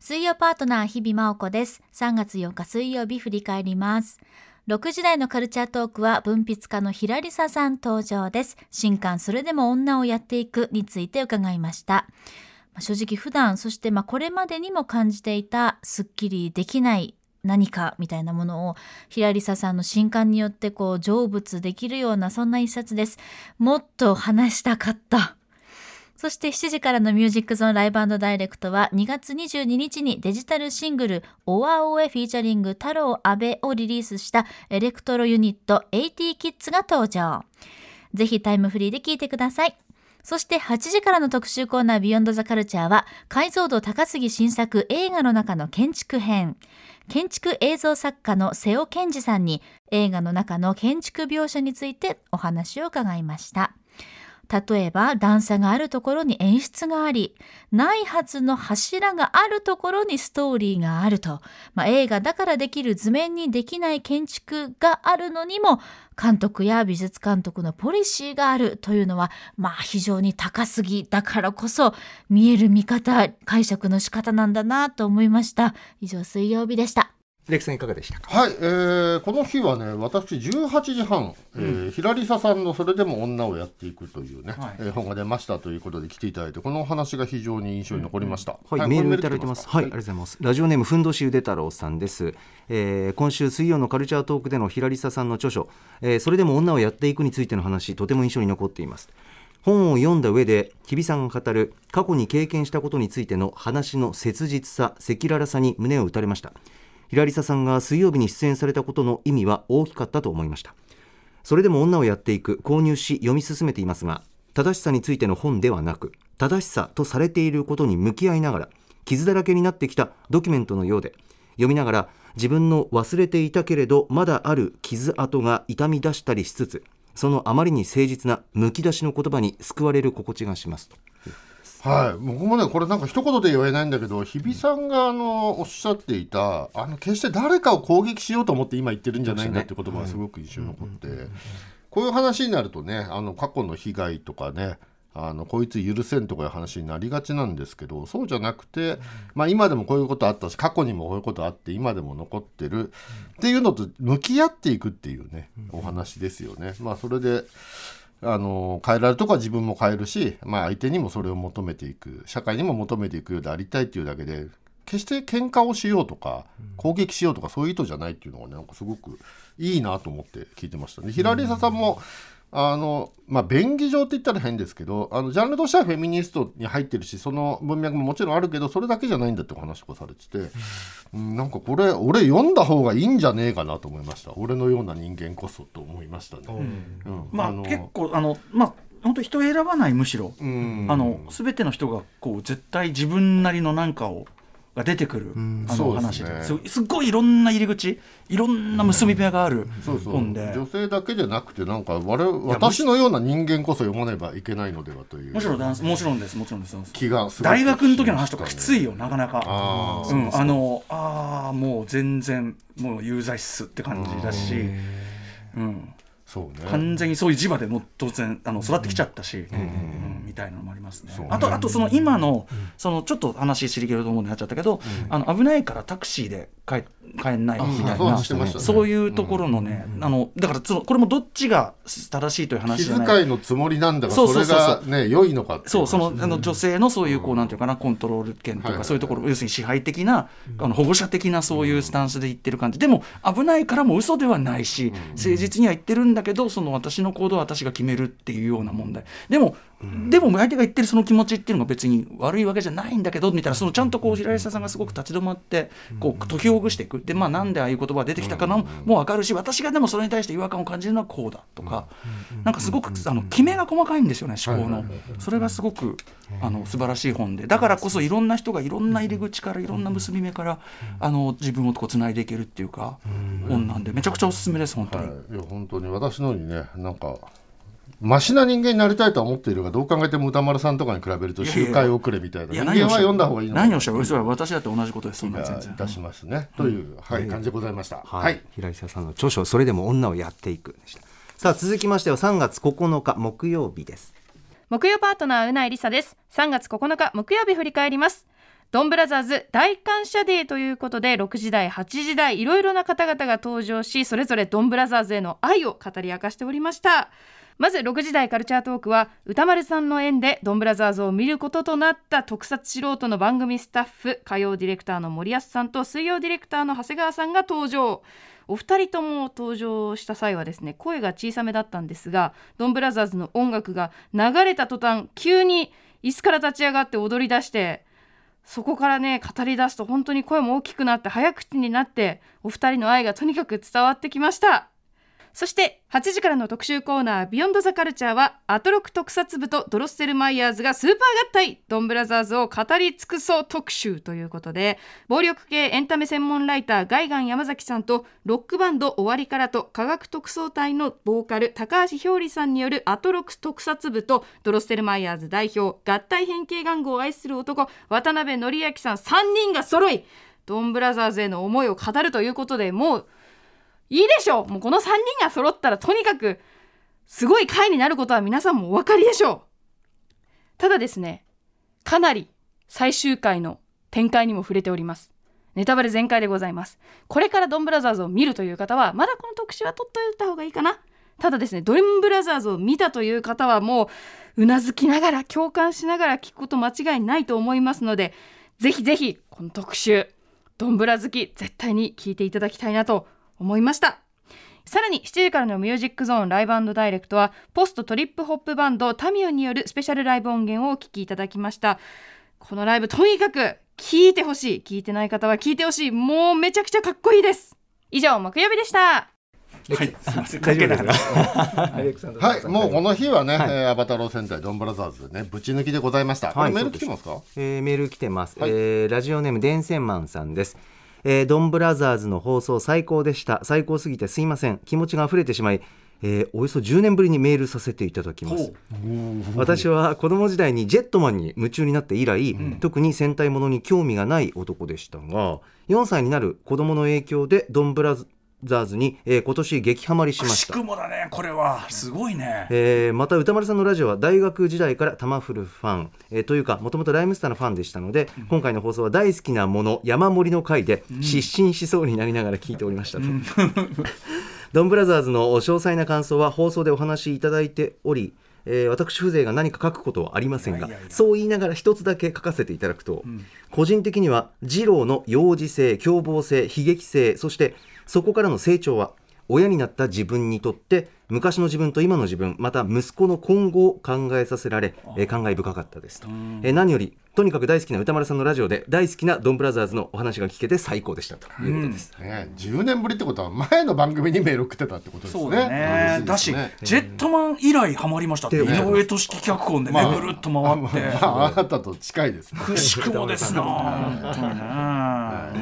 [SPEAKER 7] 水曜パートナー日々真央子です3月8日水曜日振り返ります6時台のカルチャートークは文筆家の平理沙さん登場です新刊それでも女をやっていくについて伺いましたまあ正直普段そしてまあこれまでにも感じていたすっきりできない何かみたいなものを平理沙さんの新刊によってこう成仏できるようなそんな一冊です。もっと話したかった。そして7時からのミュージックゾーンライブダイレクトは2月22日にデジタルシングルオアオエフィーチャリング太郎阿部をリリースしたエレクトロユニット AT キッズが登場。ぜひタイムフリーで聴いてください。そして8時からの特集コーナービヨンドザカルチャーは解像度高すぎ新作映画の中の建築編。建築映像作家の瀬尾健二さんに映画の中の建築描写についてお話を伺いました。例えば段差があるところに演出がありないはずの柱があるところにストーリーがあると、まあ、映画だからできる図面にできない建築があるのにも監督や美術監督のポリシーがあるというのは、まあ、非常に高すぎだからこそ見える見方解釈の仕方なんだなと思いました以上水曜日でした
[SPEAKER 2] レクさんいかがでしたか
[SPEAKER 4] はい、えーこの日はね、私、18時半、えーひらりささんのそれでも女をやっていくというね、
[SPEAKER 3] はい
[SPEAKER 4] えー本が出ましたということで来ていただいて、このお話が非常に印象に残りました。
[SPEAKER 2] はい、
[SPEAKER 4] はい
[SPEAKER 2] メールいただいてます。
[SPEAKER 4] こ
[SPEAKER 2] はい、あ
[SPEAKER 4] れ
[SPEAKER 2] りがとうございます。ラジオネームふんどしゆで太郎さんです。えー今週水曜のカルチャートークでのひらりささんの著書、えーそれでも女をやっていくについての話、とても印象に残っています。本を読んだ上で、日比さんが語る過去に経験したことについての話の切実さ、赤裸々さに胸を打たれました。ひらりささんが水曜日に出演されたことの意味は大きかったと思いました。それでも女をやっていく購入し読み進めていますが正しさについての本ではなく正しさとされていることに向き合いながら傷だらけになってきたドキュメントのようで読みながら自分の忘れていたけれどまだある傷跡が痛み出したりしつつそのあまりに誠実なむき出しの言葉に救われる心地がしますと
[SPEAKER 4] はい、僕もね、これなんか一言で言えないんだけど、日比さんがあのおっしゃっていた、あの決して誰かを攻撃しようと思って今言ってるんじゃないんだって言葉がすごく印象に残って、こういう話になるとね、あの過去の被害とかね、あのこいつ許せんとかいう話になりがちなんですけどそうじゃなくて、まあ、今でもこういうことあったし過去にもこういうことあって今でも残ってるっていうのと向き合っていくっていうねお話ですよね。まあ、それであの変えられるとこは自分も変えるし、まあ、相手にもそれを求めていく社会にも求めていくようでありたいっていうだけで決して喧嘩をしようとか攻撃しようとかそういう意図じゃないっていうのがねなんかすごくいいなと思って聞いてましたね。ひらりささんもあのまあ、便宜上って言ったら変ですけどあのジャンルとしてはフェミニストに入ってるしその文脈ももちろんあるけどそれだけじゃないんだってお話とかされてて、うん、なんかこれ俺読んだ方がいいんじゃねえかなと思いました俺のような人間こそと思いましたね。うん
[SPEAKER 3] まあ、
[SPEAKER 4] の
[SPEAKER 3] 結構あのまあ本当人選ばないむしろ、
[SPEAKER 4] うん
[SPEAKER 3] あの全ての人がこう絶対自分なりの何かをが出てくる、あの
[SPEAKER 4] そうで
[SPEAKER 3] 話
[SPEAKER 4] すね
[SPEAKER 3] です,、すっごいいろんな入り口いろんな結び目がある
[SPEAKER 4] そうそう
[SPEAKER 3] 本で、
[SPEAKER 4] 女性だけじゃなくてなんか我々私のような人間こそ読まねばいけないのではという
[SPEAKER 3] むしろ男性もちろんですもちろんです
[SPEAKER 4] 気がすごく
[SPEAKER 3] 大学の時の話とかきついよなかなか。
[SPEAKER 4] あー
[SPEAKER 3] うん、あのあーもう全然もう有罪っすって感じだし、うん、
[SPEAKER 4] そうね
[SPEAKER 3] 完全にそういう磁場でもう当然あの育ってきちゃったし、うんみたいなのもありますね。あとあとその今のそのちょっと話しりけると思うになっちゃったけど、あの危ないからタクシーで帰帰んないみた
[SPEAKER 4] あ
[SPEAKER 3] い
[SPEAKER 4] そう
[SPEAKER 3] な
[SPEAKER 4] 話してましたね
[SPEAKER 3] そういうところのね、あのだからそのこれもどっちが正しいという話
[SPEAKER 4] 気
[SPEAKER 3] じゃない。
[SPEAKER 4] 遣いのつもりなんだが
[SPEAKER 3] そう
[SPEAKER 4] そ
[SPEAKER 3] そう
[SPEAKER 4] れ
[SPEAKER 3] そうそう
[SPEAKER 4] がね良いのかってい
[SPEAKER 3] そうその
[SPEAKER 4] 話
[SPEAKER 3] あの女性のそういうこうなんていうかなコントロール権と
[SPEAKER 4] はい
[SPEAKER 3] いう
[SPEAKER 4] はいはい
[SPEAKER 3] かそういうところ要するに支配的なあの保護者的なそういうスタンスで言ってる感じでも危ないからも嘘ではないし誠実には言ってるんだけどその私の行動は私が決めるっていうような問題でもでも相手が言ってるその気持ちっていうのが別に悪いわけじゃないんだけどみたいなそのちゃんとこう平井さんがすごく立ち止まってこう解きほぐしていくでまあなんでああいう言葉が出てきたかなも分かるし私がでもそれに対して違和感を感じるのはこうだとかなんかすごくあの決めが細かいんですよね思考のそれがすごくあの素晴らしい本でだからこそいろんな人がいろんな入り口からいろんな結び目からあの自分をこうつないでいけるっていうか本なんでめちゃくちゃおすすめです本当に。
[SPEAKER 4] はいいや本当に私のようにねなんかマシな人間になりたいとは思っているがどう考えても歌丸さんとかに比べると
[SPEAKER 3] いやいや
[SPEAKER 4] 周回遅れみたいない人
[SPEAKER 3] や何をお
[SPEAKER 4] 間は
[SPEAKER 3] っしゃ
[SPEAKER 4] 読んだ方がいいのか
[SPEAKER 3] 何をおっしゃる嘘は私だって同じことですそんなの全
[SPEAKER 4] い
[SPEAKER 3] 然
[SPEAKER 4] たしますねというはい感じでございました
[SPEAKER 2] はい、
[SPEAKER 4] はい
[SPEAKER 2] 平井さんの著書「それでも女をやっていく」でしたさあ続きましては3月9日木曜日です
[SPEAKER 9] 木曜パートナーうないりさです3月9日木曜日振り返りますドンブラザーズ大感謝デーということで6時台8時台いろいろな方々が登場しそれぞれドンブラザーズへの愛を語り明かしておりましたまず6時台カルチャートークは歌丸さんの縁でドンブラザーズを見ることとなった特撮素人の番組スタッフ火曜ディレクターの森保さんと水曜ディレクターの長谷川さんが登場お二人とも登場した際はですね声が小さめだったんですがドンブラザーズの音楽が流れた途端急に椅子から立ち上がって踊り出してそこからね語り出すと本当に声も大きくなって早口になってお二人の愛がとにかく伝わってきましたそして8時からの特集コーナー「ビヨンドザカルチャーはアトロク特撮部とドロッセルマイヤーズがスーパー合体ドンブラザーズを語り尽くそう特集ということで暴力系エンタメ専門ライターガイガン山崎さんとロックバンド終わりからと科学特捜隊のボーカル高橋ひょうりさんによるアトロク特撮部とドロッセルマイヤーズ代表合体変形玩具を愛する男渡辺則明さん3人が揃いドンブラザーズへの思いを語るということでもういいでしょうもうこの3人が揃ったらとにかくすごい回になることは皆さんもお分かりでしょうただですねかなり最終回の展開にも触れておりますネタバレ全開でございますこれからドンブラザーズを見るという方はまだこの特集は取っといた方がいいかなただですねドンブラザーズを見たという方はもううなずきながら共感しながら聞くこと間違いないと思いますのでぜひぜひこの特集ドンブラ好き絶対に聞いていただきたいなと思いましたさらに7時からのミュージックゾーンライブダイレクトはポストトリップホップバンドタミオによるスペシャルライブ音源をお聴きいただきましたこのライブとにかく聞いてほしい聞いてない方は聞いてほしいもうめちゃくちゃかっこいいです以上木曜日でした
[SPEAKER 3] はい、すいません、関係なかった。
[SPEAKER 4] はい、もうこの日はね、
[SPEAKER 2] はい
[SPEAKER 4] えーアバタロー戦隊ドンブラザーズでね、ぶち抜きでございました。これメール来てますか
[SPEAKER 2] えーメール来てます、
[SPEAKER 4] はい
[SPEAKER 2] えーラジオネーム電線マンさんですえードンブラザーズの放送最高でした最高すぎてすいません気持ちが溢れてしまい、えーおよそ10年ぶりにメールさせていただきます私は子供時代にジェットマンに夢中になって以来、特に戦隊ものに興味がない男でしたが4歳になる子供の影響でドンブラザーズに、えー今年激ハマりしまし
[SPEAKER 3] したくもだね、これは、すごいね。
[SPEAKER 2] えーまた歌丸さんのラジオは大学時代からタマフルファン、えーというかもともとライムスターのファンでしたので、今回の放送は大好きなもの山盛りの回で失神しそうになりながら聞いておりましたと、ドンブラザーズの詳細な感想は放送でお話しいただいており、えー私風情が何か書くことはありませんが
[SPEAKER 3] いやいやいや
[SPEAKER 2] そう言いながら一つだけ書かせていただくと、個人的には二郎の幼児性凶暴性悲劇性そしてそこからの成長は親になった自分にとって昔の自分と今の自分また息子の今後を考えさせられ、えー感慨深かったですと、えー何よりとにかく大好きな歌丸さんのラジオで大好きなドンブラザーズのお話が聞けて最高でしたということです、
[SPEAKER 4] ね、10年ぶりってことは前の番組にメール送ってたってことですね。
[SPEAKER 3] そうだねだし、ジェットマン以来ハマりましたって、井
[SPEAKER 2] ってね
[SPEAKER 3] 上俊樹脚本でね、ぐるっと
[SPEAKER 4] あ
[SPEAKER 3] 回
[SPEAKER 4] ま
[SPEAKER 3] って。
[SPEAKER 4] (laughs) あ、あなたと近いですね。
[SPEAKER 3] くしくもですな。本当にね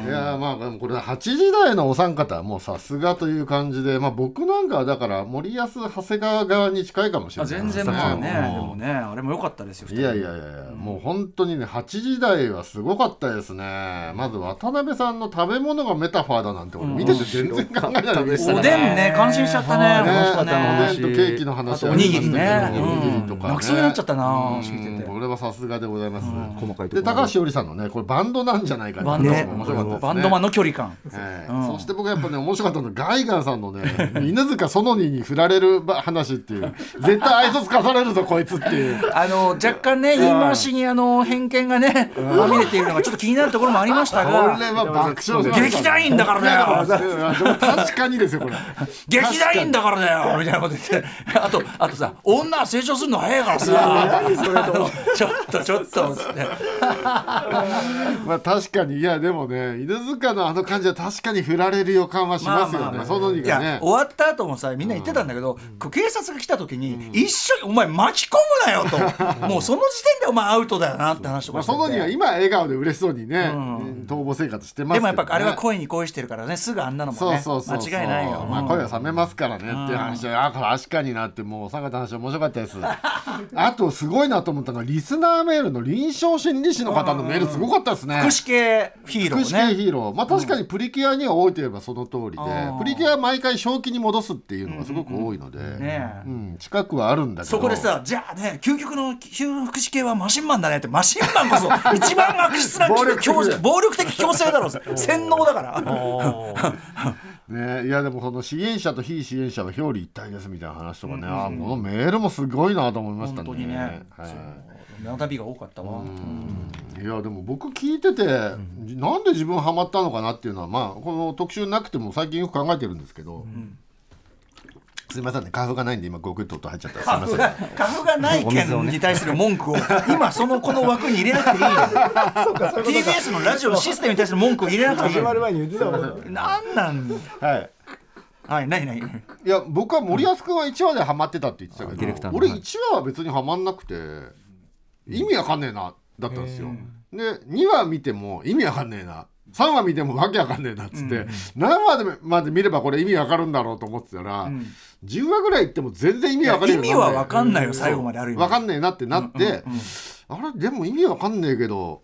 [SPEAKER 4] いやーまあでもこれ8時台のお三方はもうさすがという感じで、まあ、僕なんかはだから森保長谷川側に近いかもしれ
[SPEAKER 3] あ
[SPEAKER 4] ない
[SPEAKER 3] 全然もうね、
[SPEAKER 4] さっき
[SPEAKER 3] で
[SPEAKER 4] の
[SPEAKER 3] もね、あれも良かったですよ。
[SPEAKER 4] いやいやいやいや、もう本当にね、8時台はすごかったですね。まず渡辺さんの食べ物がメタファーだなんて、俺見てて全然考えないでし
[SPEAKER 3] おでんね、感心しちゃったね。
[SPEAKER 4] ね
[SPEAKER 3] 本当
[SPEAKER 4] おでん
[SPEAKER 3] ね
[SPEAKER 4] とケーキの話ありましたけど
[SPEAKER 3] あとおにぎりね
[SPEAKER 4] おにぎりと
[SPEAKER 3] う
[SPEAKER 4] か、ね。
[SPEAKER 3] ん泣きそうになっちゃったな
[SPEAKER 4] うん
[SPEAKER 3] 聞いてて
[SPEAKER 4] これはさすがでございます。
[SPEAKER 2] 細かいと
[SPEAKER 4] で
[SPEAKER 2] ころ
[SPEAKER 4] 高橋織さんのねこれバンドなんじゃないか
[SPEAKER 3] バン
[SPEAKER 4] って
[SPEAKER 3] ド、
[SPEAKER 4] 話も面白かったですね
[SPEAKER 3] バンドマンの距離感。
[SPEAKER 4] え
[SPEAKER 3] うん
[SPEAKER 4] えそして僕はやっぱね面白かったのはガイガンさんのね犬塚園にに振られる話っていう絶対愛想つかされるぞこいつって
[SPEAKER 3] (laughs)
[SPEAKER 4] いう
[SPEAKER 3] あの若干ね言い回しにあの偏見がねまみれているのがちょっと気になるところもありました
[SPEAKER 4] これは
[SPEAKER 3] が
[SPEAKER 4] 爆笑しました
[SPEAKER 3] 劇団員だからだよ
[SPEAKER 4] いやいやでも確かにですよこれ (laughs)
[SPEAKER 3] 劇団員だからだよみたいなこと言って (laughs) あとあとさ女は成長するの早いからさあのちょっとちょっとつって
[SPEAKER 4] まあ確かにいやでもね犬塚のあの感じは確かに振られる予感はしますよねそのに
[SPEAKER 3] い
[SPEAKER 4] が
[SPEAKER 3] や
[SPEAKER 4] ね
[SPEAKER 3] 終わった後もさみんな言ってたんだけど、こう警察が来た時に、一緒にお前巻き込むなよ
[SPEAKER 4] (laughs)
[SPEAKER 3] ともうその時点でお前アウトだよなって話と
[SPEAKER 4] ま
[SPEAKER 3] か
[SPEAKER 4] あ
[SPEAKER 3] して
[SPEAKER 4] そ
[SPEAKER 3] て
[SPEAKER 4] のには今笑顔で嬉しそうにね逃亡生活してま
[SPEAKER 3] で
[SPEAKER 4] すけ
[SPEAKER 3] も
[SPEAKER 4] ど
[SPEAKER 3] や
[SPEAKER 4] ね
[SPEAKER 3] っぱあれは恋に恋してるからねすぐあんなのも
[SPEAKER 4] そう
[SPEAKER 3] ね
[SPEAKER 4] そうそうそう
[SPEAKER 3] 間違いないよ、
[SPEAKER 4] まあ、
[SPEAKER 3] うん
[SPEAKER 4] 声は冷めますからねっていう話は、あこれ確かになってもうお三方の話面白かったですあとすごいなと思ったのがリスナーメールの臨床心理士の方のメールすごかったですね
[SPEAKER 3] 福祉系ヒーロ
[SPEAKER 4] 福祉
[SPEAKER 3] ー
[SPEAKER 4] 系
[SPEAKER 3] ね
[SPEAKER 4] ヒーロー、まあ、確かにプリキュアには多いといえばその通りで、
[SPEAKER 3] ー
[SPEAKER 4] プリキュアは毎回正気に戻すっていうのがすごく多いので、うん
[SPEAKER 3] ねえ
[SPEAKER 4] 近くはあるんだけど
[SPEAKER 3] そこでさじゃあね究極の旧福祉系はマシンマンだねってマシンマんなんこそ (laughs) 一番悪質な
[SPEAKER 4] 暴力的
[SPEAKER 3] 強制暴力的強制だろ
[SPEAKER 4] (laughs)
[SPEAKER 3] 洗脳だから
[SPEAKER 4] ねいやでもこの支援者と非支援者は表裏一体ですみたいな話とかね、あーこのメールもすごいなと思いましたね。
[SPEAKER 3] 本当にね
[SPEAKER 4] はい
[SPEAKER 3] 学びが多かったわ
[SPEAKER 4] いやでも僕聞いてて、なんで自分ハマったのかなっていうのはまあこの特集なくても最近よく考えてるんですけど、すいませんね花粉がないんで今ゴクッと音入っちゃったすいません
[SPEAKER 3] 花粉がない件に対する文句を今そのこの枠に入れなくていいの
[SPEAKER 4] (laughs)
[SPEAKER 3] TBS のラジオのシステムに対する文句を入れなくていい
[SPEAKER 2] 始まる前に言ってたもん
[SPEAKER 3] なんなんだ
[SPEAKER 4] はい
[SPEAKER 3] はい何何
[SPEAKER 4] いや僕は森保君は1話でハマってたって言ってた
[SPEAKER 2] あディレク
[SPEAKER 4] け
[SPEAKER 2] タ
[SPEAKER 4] ど
[SPEAKER 2] ーの
[SPEAKER 4] 俺
[SPEAKER 2] はい
[SPEAKER 4] 1話は別にハマんなくて意味わかんねえなだったんですよ。で2話見ても意味わかんねえな3話見てもわけわかんねえなっつって、何話でもまで見ればこれ意味わかるんだろうと思ってたら、10話ぐらいいっても全然意味わかんねえ
[SPEAKER 3] 意味はわかんないよ最後まである意味
[SPEAKER 4] わかんねえなってなって、あれでも意味わかんねえけど、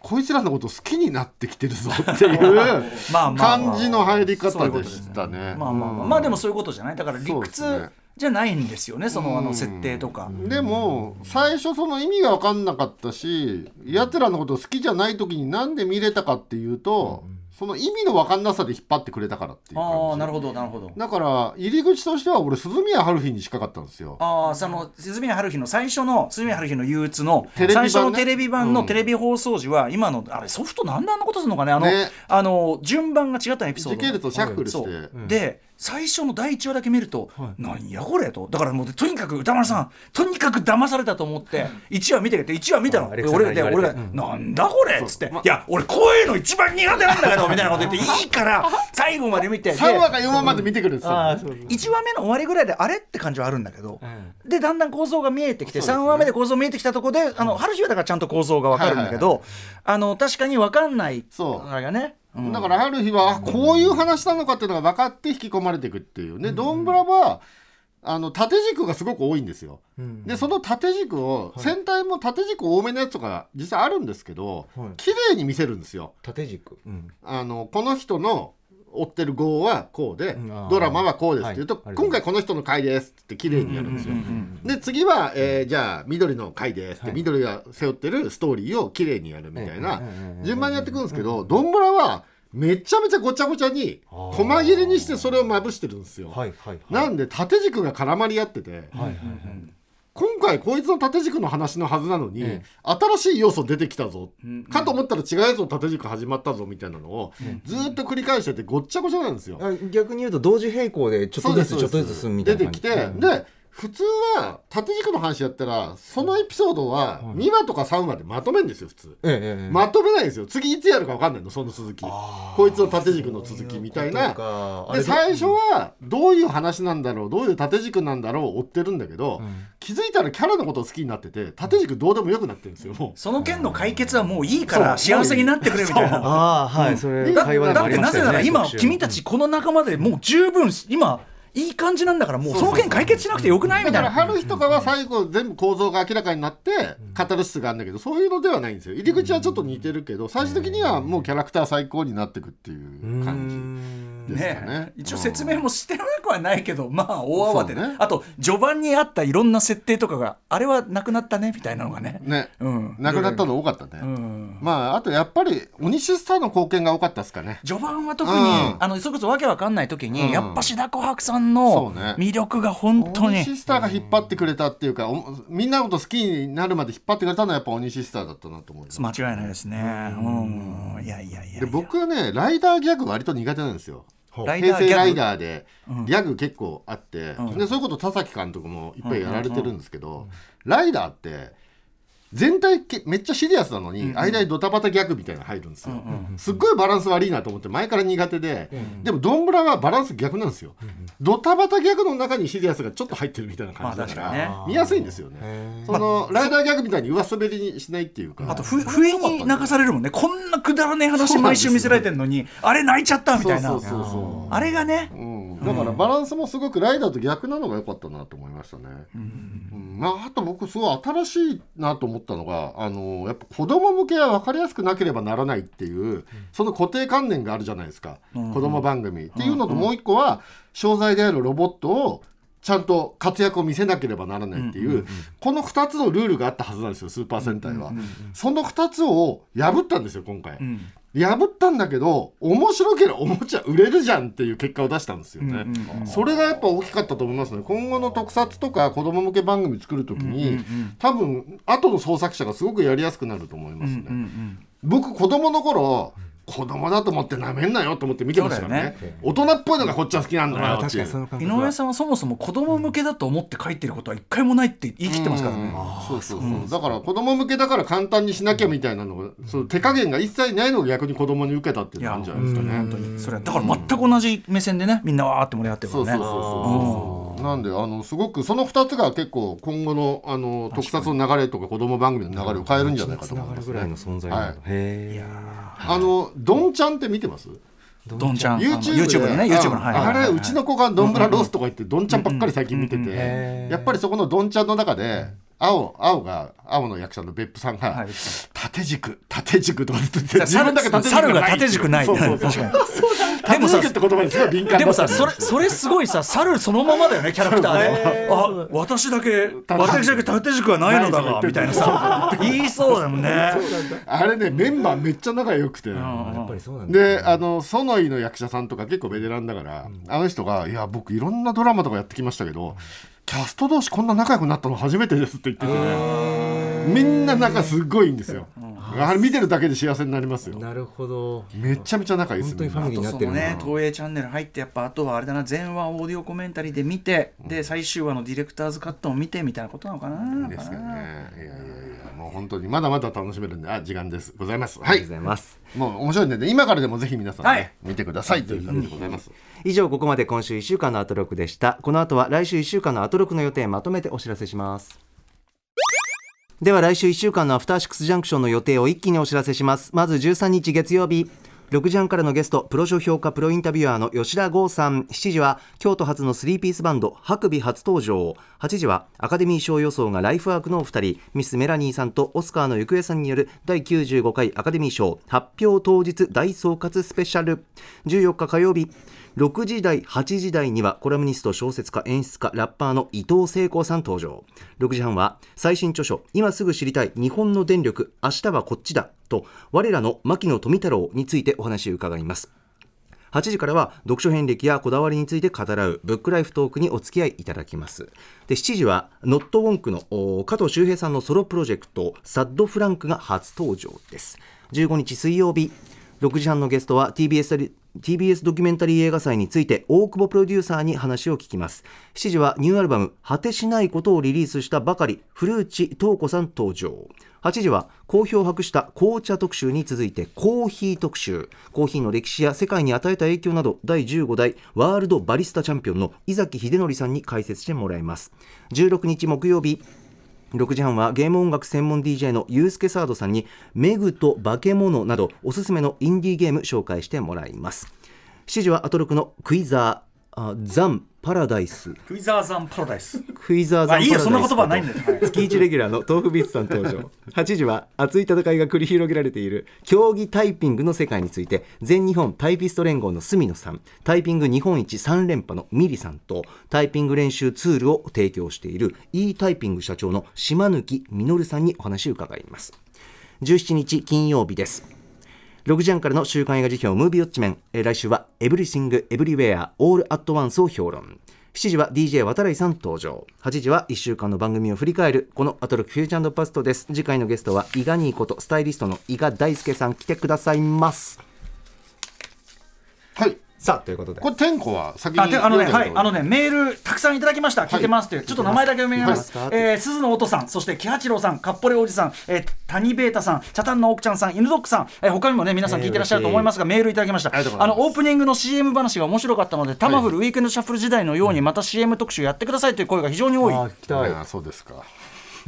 [SPEAKER 4] こいつらのこと好きになってきてるぞっていう
[SPEAKER 3] (laughs) まあまあまあ
[SPEAKER 4] 感じの入り
[SPEAKER 3] そうい
[SPEAKER 4] 方
[SPEAKER 3] うことで
[SPEAKER 4] で
[SPEAKER 3] すね
[SPEAKER 4] したね。
[SPEAKER 3] まあまあまあまあでもそういうことじゃないだから理
[SPEAKER 4] そうです
[SPEAKER 3] 屈
[SPEAKER 4] ね
[SPEAKER 3] じゃないんですよねそのあの設定とか
[SPEAKER 4] でも最初その意味が分かんなかったしやつらのこと好きじゃない時になんで見れたかっていうと、その意味の分かんなさで引っ張ってくれたからっていう
[SPEAKER 3] ああ
[SPEAKER 4] 感
[SPEAKER 3] なる
[SPEAKER 4] じ
[SPEAKER 3] ほどなるほど
[SPEAKER 4] だから入り口としては俺鈴宮春日に近かったんですよ。
[SPEAKER 3] ああその鈴宮春日の最初の鈴宮春日の憂鬱の
[SPEAKER 4] テレビ版
[SPEAKER 3] 最
[SPEAKER 4] ね
[SPEAKER 3] 初のテレビ版のテレビ放送時は今のあれソフトなんであんなことするのかねあの
[SPEAKER 4] ね
[SPEAKER 3] あの順番が違ったエピソード
[SPEAKER 4] 時系列をシャッフルして
[SPEAKER 3] そうで最初の第1話だけ見るとなんやこれとだからもうとにかく歌丸さんとにかく騙されたと思って1話見てって1話見た
[SPEAKER 2] あ
[SPEAKER 3] ので
[SPEAKER 2] アレクサから
[SPEAKER 3] 俺で
[SPEAKER 2] 言われて
[SPEAKER 3] 俺がなんだこれっつっていや俺こういうの一番苦手なんだけどみたいなこと言っていいから最後まで見
[SPEAKER 4] (laughs)
[SPEAKER 3] てで
[SPEAKER 4] 3話か4話まで見てくれてたの、
[SPEAKER 3] 1話目の終わりぐらいであれって感じはあるんだけど、でだんだん構造が見えてきて、3話目で構造見えてきたところであの春日はだからちゃんと構造が分かるんだけど、あの確かに分かんない
[SPEAKER 4] そう
[SPEAKER 3] あれがね、うん
[SPEAKER 4] だから春日はあこういう話なのかっていうのが分かって引き込まれていくっていうね、ドンブラはあの縦軸がすごく多いんですよ。でその縦軸を、戦隊も縦軸多めのやつとか実際あるんですけど、
[SPEAKER 2] はい
[SPEAKER 4] 綺麗に見せるんですよ。
[SPEAKER 2] 縦軸、うん、
[SPEAKER 4] あのこの人の追ってる号はこうで、
[SPEAKER 2] うんあー
[SPEAKER 4] ドラマはこうですって言うと、
[SPEAKER 2] はい
[SPEAKER 4] 今回この人の回ですって綺麗にやるんですよ。で次は、えーじゃあ緑の回ですって、緑が背負ってるストーリーを綺麗にやるみたいな
[SPEAKER 2] うんうんうんうん
[SPEAKER 4] 順番にやっていくんですけど、ドンブラはめちゃめちゃごちゃごちゃに細切れにしてそれをまぶしてるんですよ。
[SPEAKER 2] はいはいはい
[SPEAKER 4] なんで縦軸が絡まり合ってて、
[SPEAKER 2] はいはい
[SPEAKER 4] 今回こいつの縦軸の話のはずなのに、
[SPEAKER 2] え
[SPEAKER 4] 新しい要素出てきたぞ、かと思ったら違うやつの縦軸始まったぞみたいなのを、ずーっと繰り返しててごっちゃごちゃなんですよ。
[SPEAKER 2] はいあ逆に言うと同時並行でちょっとずつちょっとずつ進むみたいな
[SPEAKER 4] 出て
[SPEAKER 2] 感じ
[SPEAKER 4] きて、で普通は縦軸の話やったらそのエピソードは2話とか3話でまとめんですよ普通。
[SPEAKER 2] ええええ
[SPEAKER 4] まとめないんですよ次いつやるか分かんないのその続きこいつの縦軸の続きみたいな
[SPEAKER 2] そういうことかあれ
[SPEAKER 4] で最初はどういう話なんだろうどういう縦軸なんだろうを追ってるんだけど、気づいたらキャラのことを好きになってて縦軸どうでもよくなってるんですよもう
[SPEAKER 3] その件の解決はもういいから幸せになってくれみたいな。
[SPEAKER 2] ああはい、それ
[SPEAKER 3] だ
[SPEAKER 2] 会話で
[SPEAKER 3] だ
[SPEAKER 2] も
[SPEAKER 3] っ
[SPEAKER 2] あ
[SPEAKER 3] て
[SPEAKER 2] りま
[SPEAKER 3] な
[SPEAKER 2] した
[SPEAKER 3] ぜ
[SPEAKER 2] よね
[SPEAKER 3] なら今
[SPEAKER 2] 特集
[SPEAKER 3] 君たちこの仲間でもう十分今いい感じなんだからもうその件解決しなくてよくないみ
[SPEAKER 4] だ
[SPEAKER 3] た
[SPEAKER 4] か
[SPEAKER 3] いな。
[SPEAKER 4] ら春日とかは最後全部構造が明らかになってカタルシスがあるんだけどそういうのではないんですよ入り口はちょっと似てるけど最終的にはもうキャラクター最高になってくっていう感じですかね
[SPEAKER 3] ね、一応説明もしてなくはないけどまあ大慌てで、
[SPEAKER 4] そうね
[SPEAKER 3] あと序盤にあったいろんな設定とかがあれはなくなったねみたいなのがね
[SPEAKER 4] ね、
[SPEAKER 3] うん
[SPEAKER 4] なくなったの多かったね、まああとやっぱり鬼シスターの貢献が多かったですかね
[SPEAKER 3] 序盤は特に、
[SPEAKER 4] うん
[SPEAKER 3] あのそれこそわけわかんない時に、
[SPEAKER 4] うん
[SPEAKER 3] やっぱ志田琥珀さんの
[SPEAKER 4] そうね
[SPEAKER 3] 魅力が本当に
[SPEAKER 4] 鬼シスターが引っ張ってくれたっていうかおみんなのこと好きになるまで引っ張ってくれたのはやっぱ鬼シスターだったなと思います
[SPEAKER 3] 間違いないですね。うん、いやいやいやいや
[SPEAKER 4] で僕はねライダーギャグ割と苦手なんですよ
[SPEAKER 3] ライ
[SPEAKER 4] 平
[SPEAKER 3] ダーギャ
[SPEAKER 4] 成
[SPEAKER 3] グ
[SPEAKER 4] ライダーでギャグ結構あって、でそういうこと田崎監督もいっぱいやられてるんですけど、ライダーって全体けめっちゃシリアスなのに、間にドタバタギャグみたいなの入るんですよ、すっごいバランス悪いなと思って前から苦手で、でもドンブラはバランス逆なんですよ、ドタバタギャグの中にシリアスがちょっと入ってるみたいな感じだから,、
[SPEAKER 3] まあ確かにね
[SPEAKER 4] 見やすいんですよねそのライダーギャグみたいに上滑りにしないっていうか
[SPEAKER 3] あとふ不意に泣かされるもんねこんなくだらねえ話毎週見せられてるのに、あれ泣いちゃったみたいな
[SPEAKER 4] そうそうそうそう
[SPEAKER 3] あれがね
[SPEAKER 4] うん、だからバランスもすごくライダーと逆なのが良かったなと思いましたね。うんまあ、あと僕すごい新しいなと思ったのがあのやっぱ子供向けは分かりやすくなければならないっていうその固定観念があるじゃないですか、子供番組。っていうのともう一個は商材であるロボットをちゃんと活躍を見せなければならないっていう,、この2つのルールがあったはずなんですよスーパー戦隊は、その2つを破ったんですよ今回、
[SPEAKER 3] ん
[SPEAKER 4] 破ったんだけど面白ければおもちゃ売れるじゃんっていう結果を出したんですよね、それがやっぱ大きかったと思いますね今後の特撮とか子供向け番組作る時に、多分後の創作者がすごくやりやすくなると思いますね、僕子供の頃子供だと思ってなめんなよと思って見てましたよね
[SPEAKER 3] そう
[SPEAKER 4] 大人っぽいのがこっちは好きなんだよ
[SPEAKER 2] あ
[SPEAKER 4] っ
[SPEAKER 2] ー
[SPEAKER 4] てい
[SPEAKER 2] 確か
[SPEAKER 4] う
[SPEAKER 2] にその感
[SPEAKER 3] 井
[SPEAKER 2] 覚は
[SPEAKER 3] 上さんはそもそも子供向けだと思って書いてることは一回もないって言い切ってますから
[SPEAKER 4] うん
[SPEAKER 3] ね。
[SPEAKER 4] そうそうそうだから子供向けだから簡単にしなきゃみたいなのが、その手加減が一切ないのが逆に子供に受けたってい
[SPEAKER 3] いう
[SPEAKER 4] の
[SPEAKER 3] や
[SPEAKER 4] があるん
[SPEAKER 3] 本
[SPEAKER 4] じ
[SPEAKER 3] 当
[SPEAKER 4] ゃないですかね。
[SPEAKER 3] にそれはだから全く同じ目線でねみんなわーって盛り上がってるか
[SPEAKER 4] そうそう
[SPEAKER 3] ら
[SPEAKER 4] そう
[SPEAKER 3] ね。
[SPEAKER 4] そうそうなんであのすごくその2つが結構今後のあの特撮の流れとか子供番組の流れを変えるんじゃないかと思います
[SPEAKER 2] ぐらいの存在なんだ
[SPEAKER 4] は
[SPEAKER 2] へえ
[SPEAKER 4] あのドンちゃんって見てます
[SPEAKER 3] どんちゃん
[SPEAKER 4] YouTube, で
[SPEAKER 3] YouTube のね YouTube のはいはい
[SPEAKER 4] あ
[SPEAKER 3] はい
[SPEAKER 4] れうちの子がどんぶらロースとか言ってどんちゃんばっかり最近見てて
[SPEAKER 2] へー
[SPEAKER 4] やっぱりそこのどんちゃんの中で青青が青の役者の別府さん
[SPEAKER 3] は
[SPEAKER 4] が
[SPEAKER 3] い
[SPEAKER 4] 縦軸縦軸とかずっと言って自
[SPEAKER 3] 猿
[SPEAKER 4] 分だけ縦軸
[SPEAKER 3] 猿が縦軸ない。
[SPEAKER 4] そうそう
[SPEAKER 3] (laughs) 確
[SPEAKER 4] そう
[SPEAKER 3] かに。で
[SPEAKER 4] 縦
[SPEAKER 3] もさ
[SPEAKER 4] 軸って言葉にすごい敏感
[SPEAKER 3] で
[SPEAKER 4] だ
[SPEAKER 3] も
[SPEAKER 4] ったん
[SPEAKER 3] さ
[SPEAKER 4] だよ
[SPEAKER 3] それそれすごいさ猿そのままだよねキャラクターであ私だけ私だけ縦軸はないのだがみたいなさ言いそうだもんね
[SPEAKER 4] あれねメンバーめっちゃ仲良くて。
[SPEAKER 2] やっぱりそうなんだ
[SPEAKER 4] であのソノイの役者さんとか結構ベテランだから、あの人が「いや僕いろんなドラマとかやってきましたけどキャスト同士こんな仲良くなったの初めてです」って言っててねみんな仲すっごいいいんですよ、あれ見てるだけで幸せになりますよ
[SPEAKER 2] なるほど
[SPEAKER 4] めちゃめちゃ仲いいです
[SPEAKER 2] 本当にファミリーになっ
[SPEAKER 3] そ
[SPEAKER 2] てる
[SPEAKER 3] の
[SPEAKER 2] な
[SPEAKER 3] ね東映チャンネル入ってやっぱあとはあれだな全話オーディオコメンタリーで見てで最終話のディレクターズカットを見てみたいなことなのかな
[SPEAKER 4] ですよねいやいやいやもう本当にまだまだ楽しめるんであ時間ですございますはい
[SPEAKER 2] ざいます
[SPEAKER 4] もう面白いんで、ね、今からでもぜひ皆さん、ね
[SPEAKER 3] はい
[SPEAKER 4] 見てくださいという感じでございます、
[SPEAKER 2] 以上ここまで今週1週間のアトロクでしたこの後は来週1週間のアトロクの予定まとめてお知らせしますでは来週1週間のアフターシックスジャンクションの予定を一気にお知らせしますまず13日月曜日6時半からのゲストプロ書評家プロインタビュアーの吉田剛さん7時は京都発のスリーピースバンド白尾初登場8時はアカデミー賞予想がライフワークのお二人ミス・メラニーさんとオスカーの行方さんによる第95回アカデミー賞発表当日大総括スペシャル14日火曜日6時台、8時台にはコラムニスト、小説家、演出家、ラッパーの伊藤聖光さん登場。6時半は最新著書、今すぐ知りたい日本の電力、明日はこっちだと、我らの牧野富太郎についてお話を伺います。8時からは読書遍歴やこだわりについて語らうブックライフトークにお付き合いいただきますで7時はノットウォンクのおー加藤周平さんのソロプロジェクトサッドフランクが初登場です15日水曜日6時半のゲストは TBS リ TBS ドキュメンタリー映画祭について大久保プロデューサーに話を聞きます7時はニューアルバム「果てしないこと」をリリースしたばかり古内東子さん登場8時は好評を博した紅茶特集に続いてコーヒー特集コーヒーの歴史や世界に与えた影響など第15代ワールドバリスタチャンピオンの伊崎秀則さんに解説してもらいます16日木曜日6時半はゲーム音楽専門 DJ のユースケサードさんに「メグと化け物」などおすすめのインディーゲーム紹介してもらいます7時はアトロクのクイザーあザンパラダイス
[SPEAKER 3] クイザーザンパラダイス
[SPEAKER 2] クイザーザンパラダイス
[SPEAKER 3] あいいよそんな言葉はないんだよはい
[SPEAKER 2] 月1レギュラーの豆腐ビーツさん登場8時は熱い戦いが繰り広げられている競技タイピングの世界について全日本タイピスト連合の住野さんタイピング日本一3連覇のミリさんとタイピング練習ツールを提供している e タイピング社長の島貫実さんにお話を伺います17日金曜日です6時半からの週刊映画辞表ムービーウォッチメン、えー来週はエブリシング・エブリウェア・オール・アット・ワンスを評論7時は DJ 渡来さん登場8時は1週間の番組を振り返るこのアトロックフューチャーパストです次回のゲストは伊賀にいことスタイリストの伊賀大輔さん来てくださいます
[SPEAKER 4] はい
[SPEAKER 2] さあということで
[SPEAKER 4] これ天候は先に
[SPEAKER 3] あであのね、
[SPEAKER 4] 読んで
[SPEAKER 3] はい、あのね、メールたくさんいただきました。聞いてますという、ちょっと名前だけ読み上げます。
[SPEAKER 2] はい
[SPEAKER 3] えー鈴野音さん、そして喜八郎さん、かっぽれおじさん、えー谷ベータさん、チャタンの奥ちゃんさん、犬ドックさん、えー他にもね、皆さん聞いてらっしゃると思いますが、メールいただきました。
[SPEAKER 4] りがとうございます
[SPEAKER 3] のオープニングの CM 話が面白かったので、タマフルウィークエンドシャッフル時代のように、また CM 特集やってくださいという声が非常に多い。
[SPEAKER 2] 聞きた
[SPEAKER 4] あーそうですか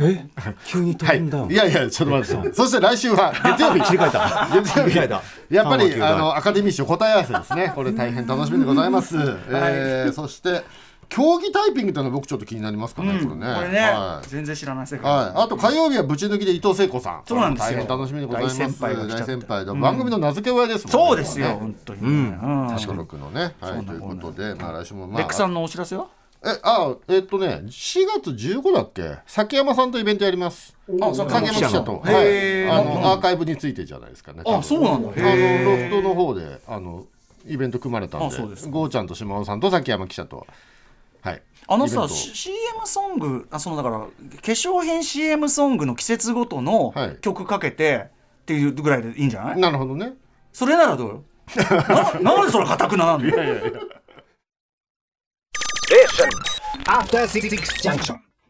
[SPEAKER 2] え急に飛んだ、
[SPEAKER 4] いやいや、ちょっと待って、そして来
[SPEAKER 3] (laughs)
[SPEAKER 4] 週は月曜日、切り替えた、月曜
[SPEAKER 2] 切り替えた
[SPEAKER 4] 日、やっ
[SPEAKER 2] 緩
[SPEAKER 4] ぱ
[SPEAKER 2] 和球
[SPEAKER 4] り
[SPEAKER 2] が
[SPEAKER 4] あのアカデミー賞答え合わせです
[SPEAKER 3] (laughs)
[SPEAKER 4] ね、これ、大変楽しみでございます。えーそして、競技タイピングというのは僕、ちょっと気になりますかね、こ
[SPEAKER 3] こ
[SPEAKER 4] れね。
[SPEAKER 3] れね、
[SPEAKER 4] はい
[SPEAKER 3] 全然知らない世界。
[SPEAKER 4] はい、あと火曜日はぶち抜きで伊藤聖子さん、
[SPEAKER 3] そうなんですよ
[SPEAKER 4] 大変楽しみでございます。
[SPEAKER 3] 大先輩が来ちゃっ
[SPEAKER 4] 大
[SPEAKER 3] て
[SPEAKER 4] 先輩だ番組の名付け親ですもんね。
[SPEAKER 3] そうですよ、
[SPEAKER 4] これね
[SPEAKER 3] 本当にね。うん
[SPEAKER 4] 確かに。のね、はい、ということで、まあ、来週も、まあ、
[SPEAKER 3] レックさんのお知らせは
[SPEAKER 4] えあえっとね4月15だっけ崎山さんとイベントやります
[SPEAKER 3] あそう
[SPEAKER 4] 影山記者と、
[SPEAKER 3] 記者の
[SPEAKER 4] は
[SPEAKER 3] へ
[SPEAKER 4] い、
[SPEAKER 3] ー
[SPEAKER 4] あのアーカイブについてじゃないですかね。
[SPEAKER 3] あそうなんだ
[SPEAKER 4] あ
[SPEAKER 3] へ
[SPEAKER 4] のロ
[SPEAKER 3] ー
[SPEAKER 4] フトの方であのイベント組まれたん
[SPEAKER 3] あ
[SPEAKER 4] で
[SPEAKER 3] そうですか
[SPEAKER 4] ゴーちゃんと島尾さんと崎山記者とはい
[SPEAKER 3] あの
[SPEAKER 4] イベン
[SPEAKER 3] さ
[SPEAKER 4] トを
[SPEAKER 3] C- CM ソングあそのだから化粧品 CM ソングの季節ごとの
[SPEAKER 4] はい
[SPEAKER 3] 曲かけてっていうぐらいでいいんじゃない、
[SPEAKER 4] なるほどね
[SPEAKER 3] それならどうよななんでそれ固くななんの
[SPEAKER 5] After Six Junction.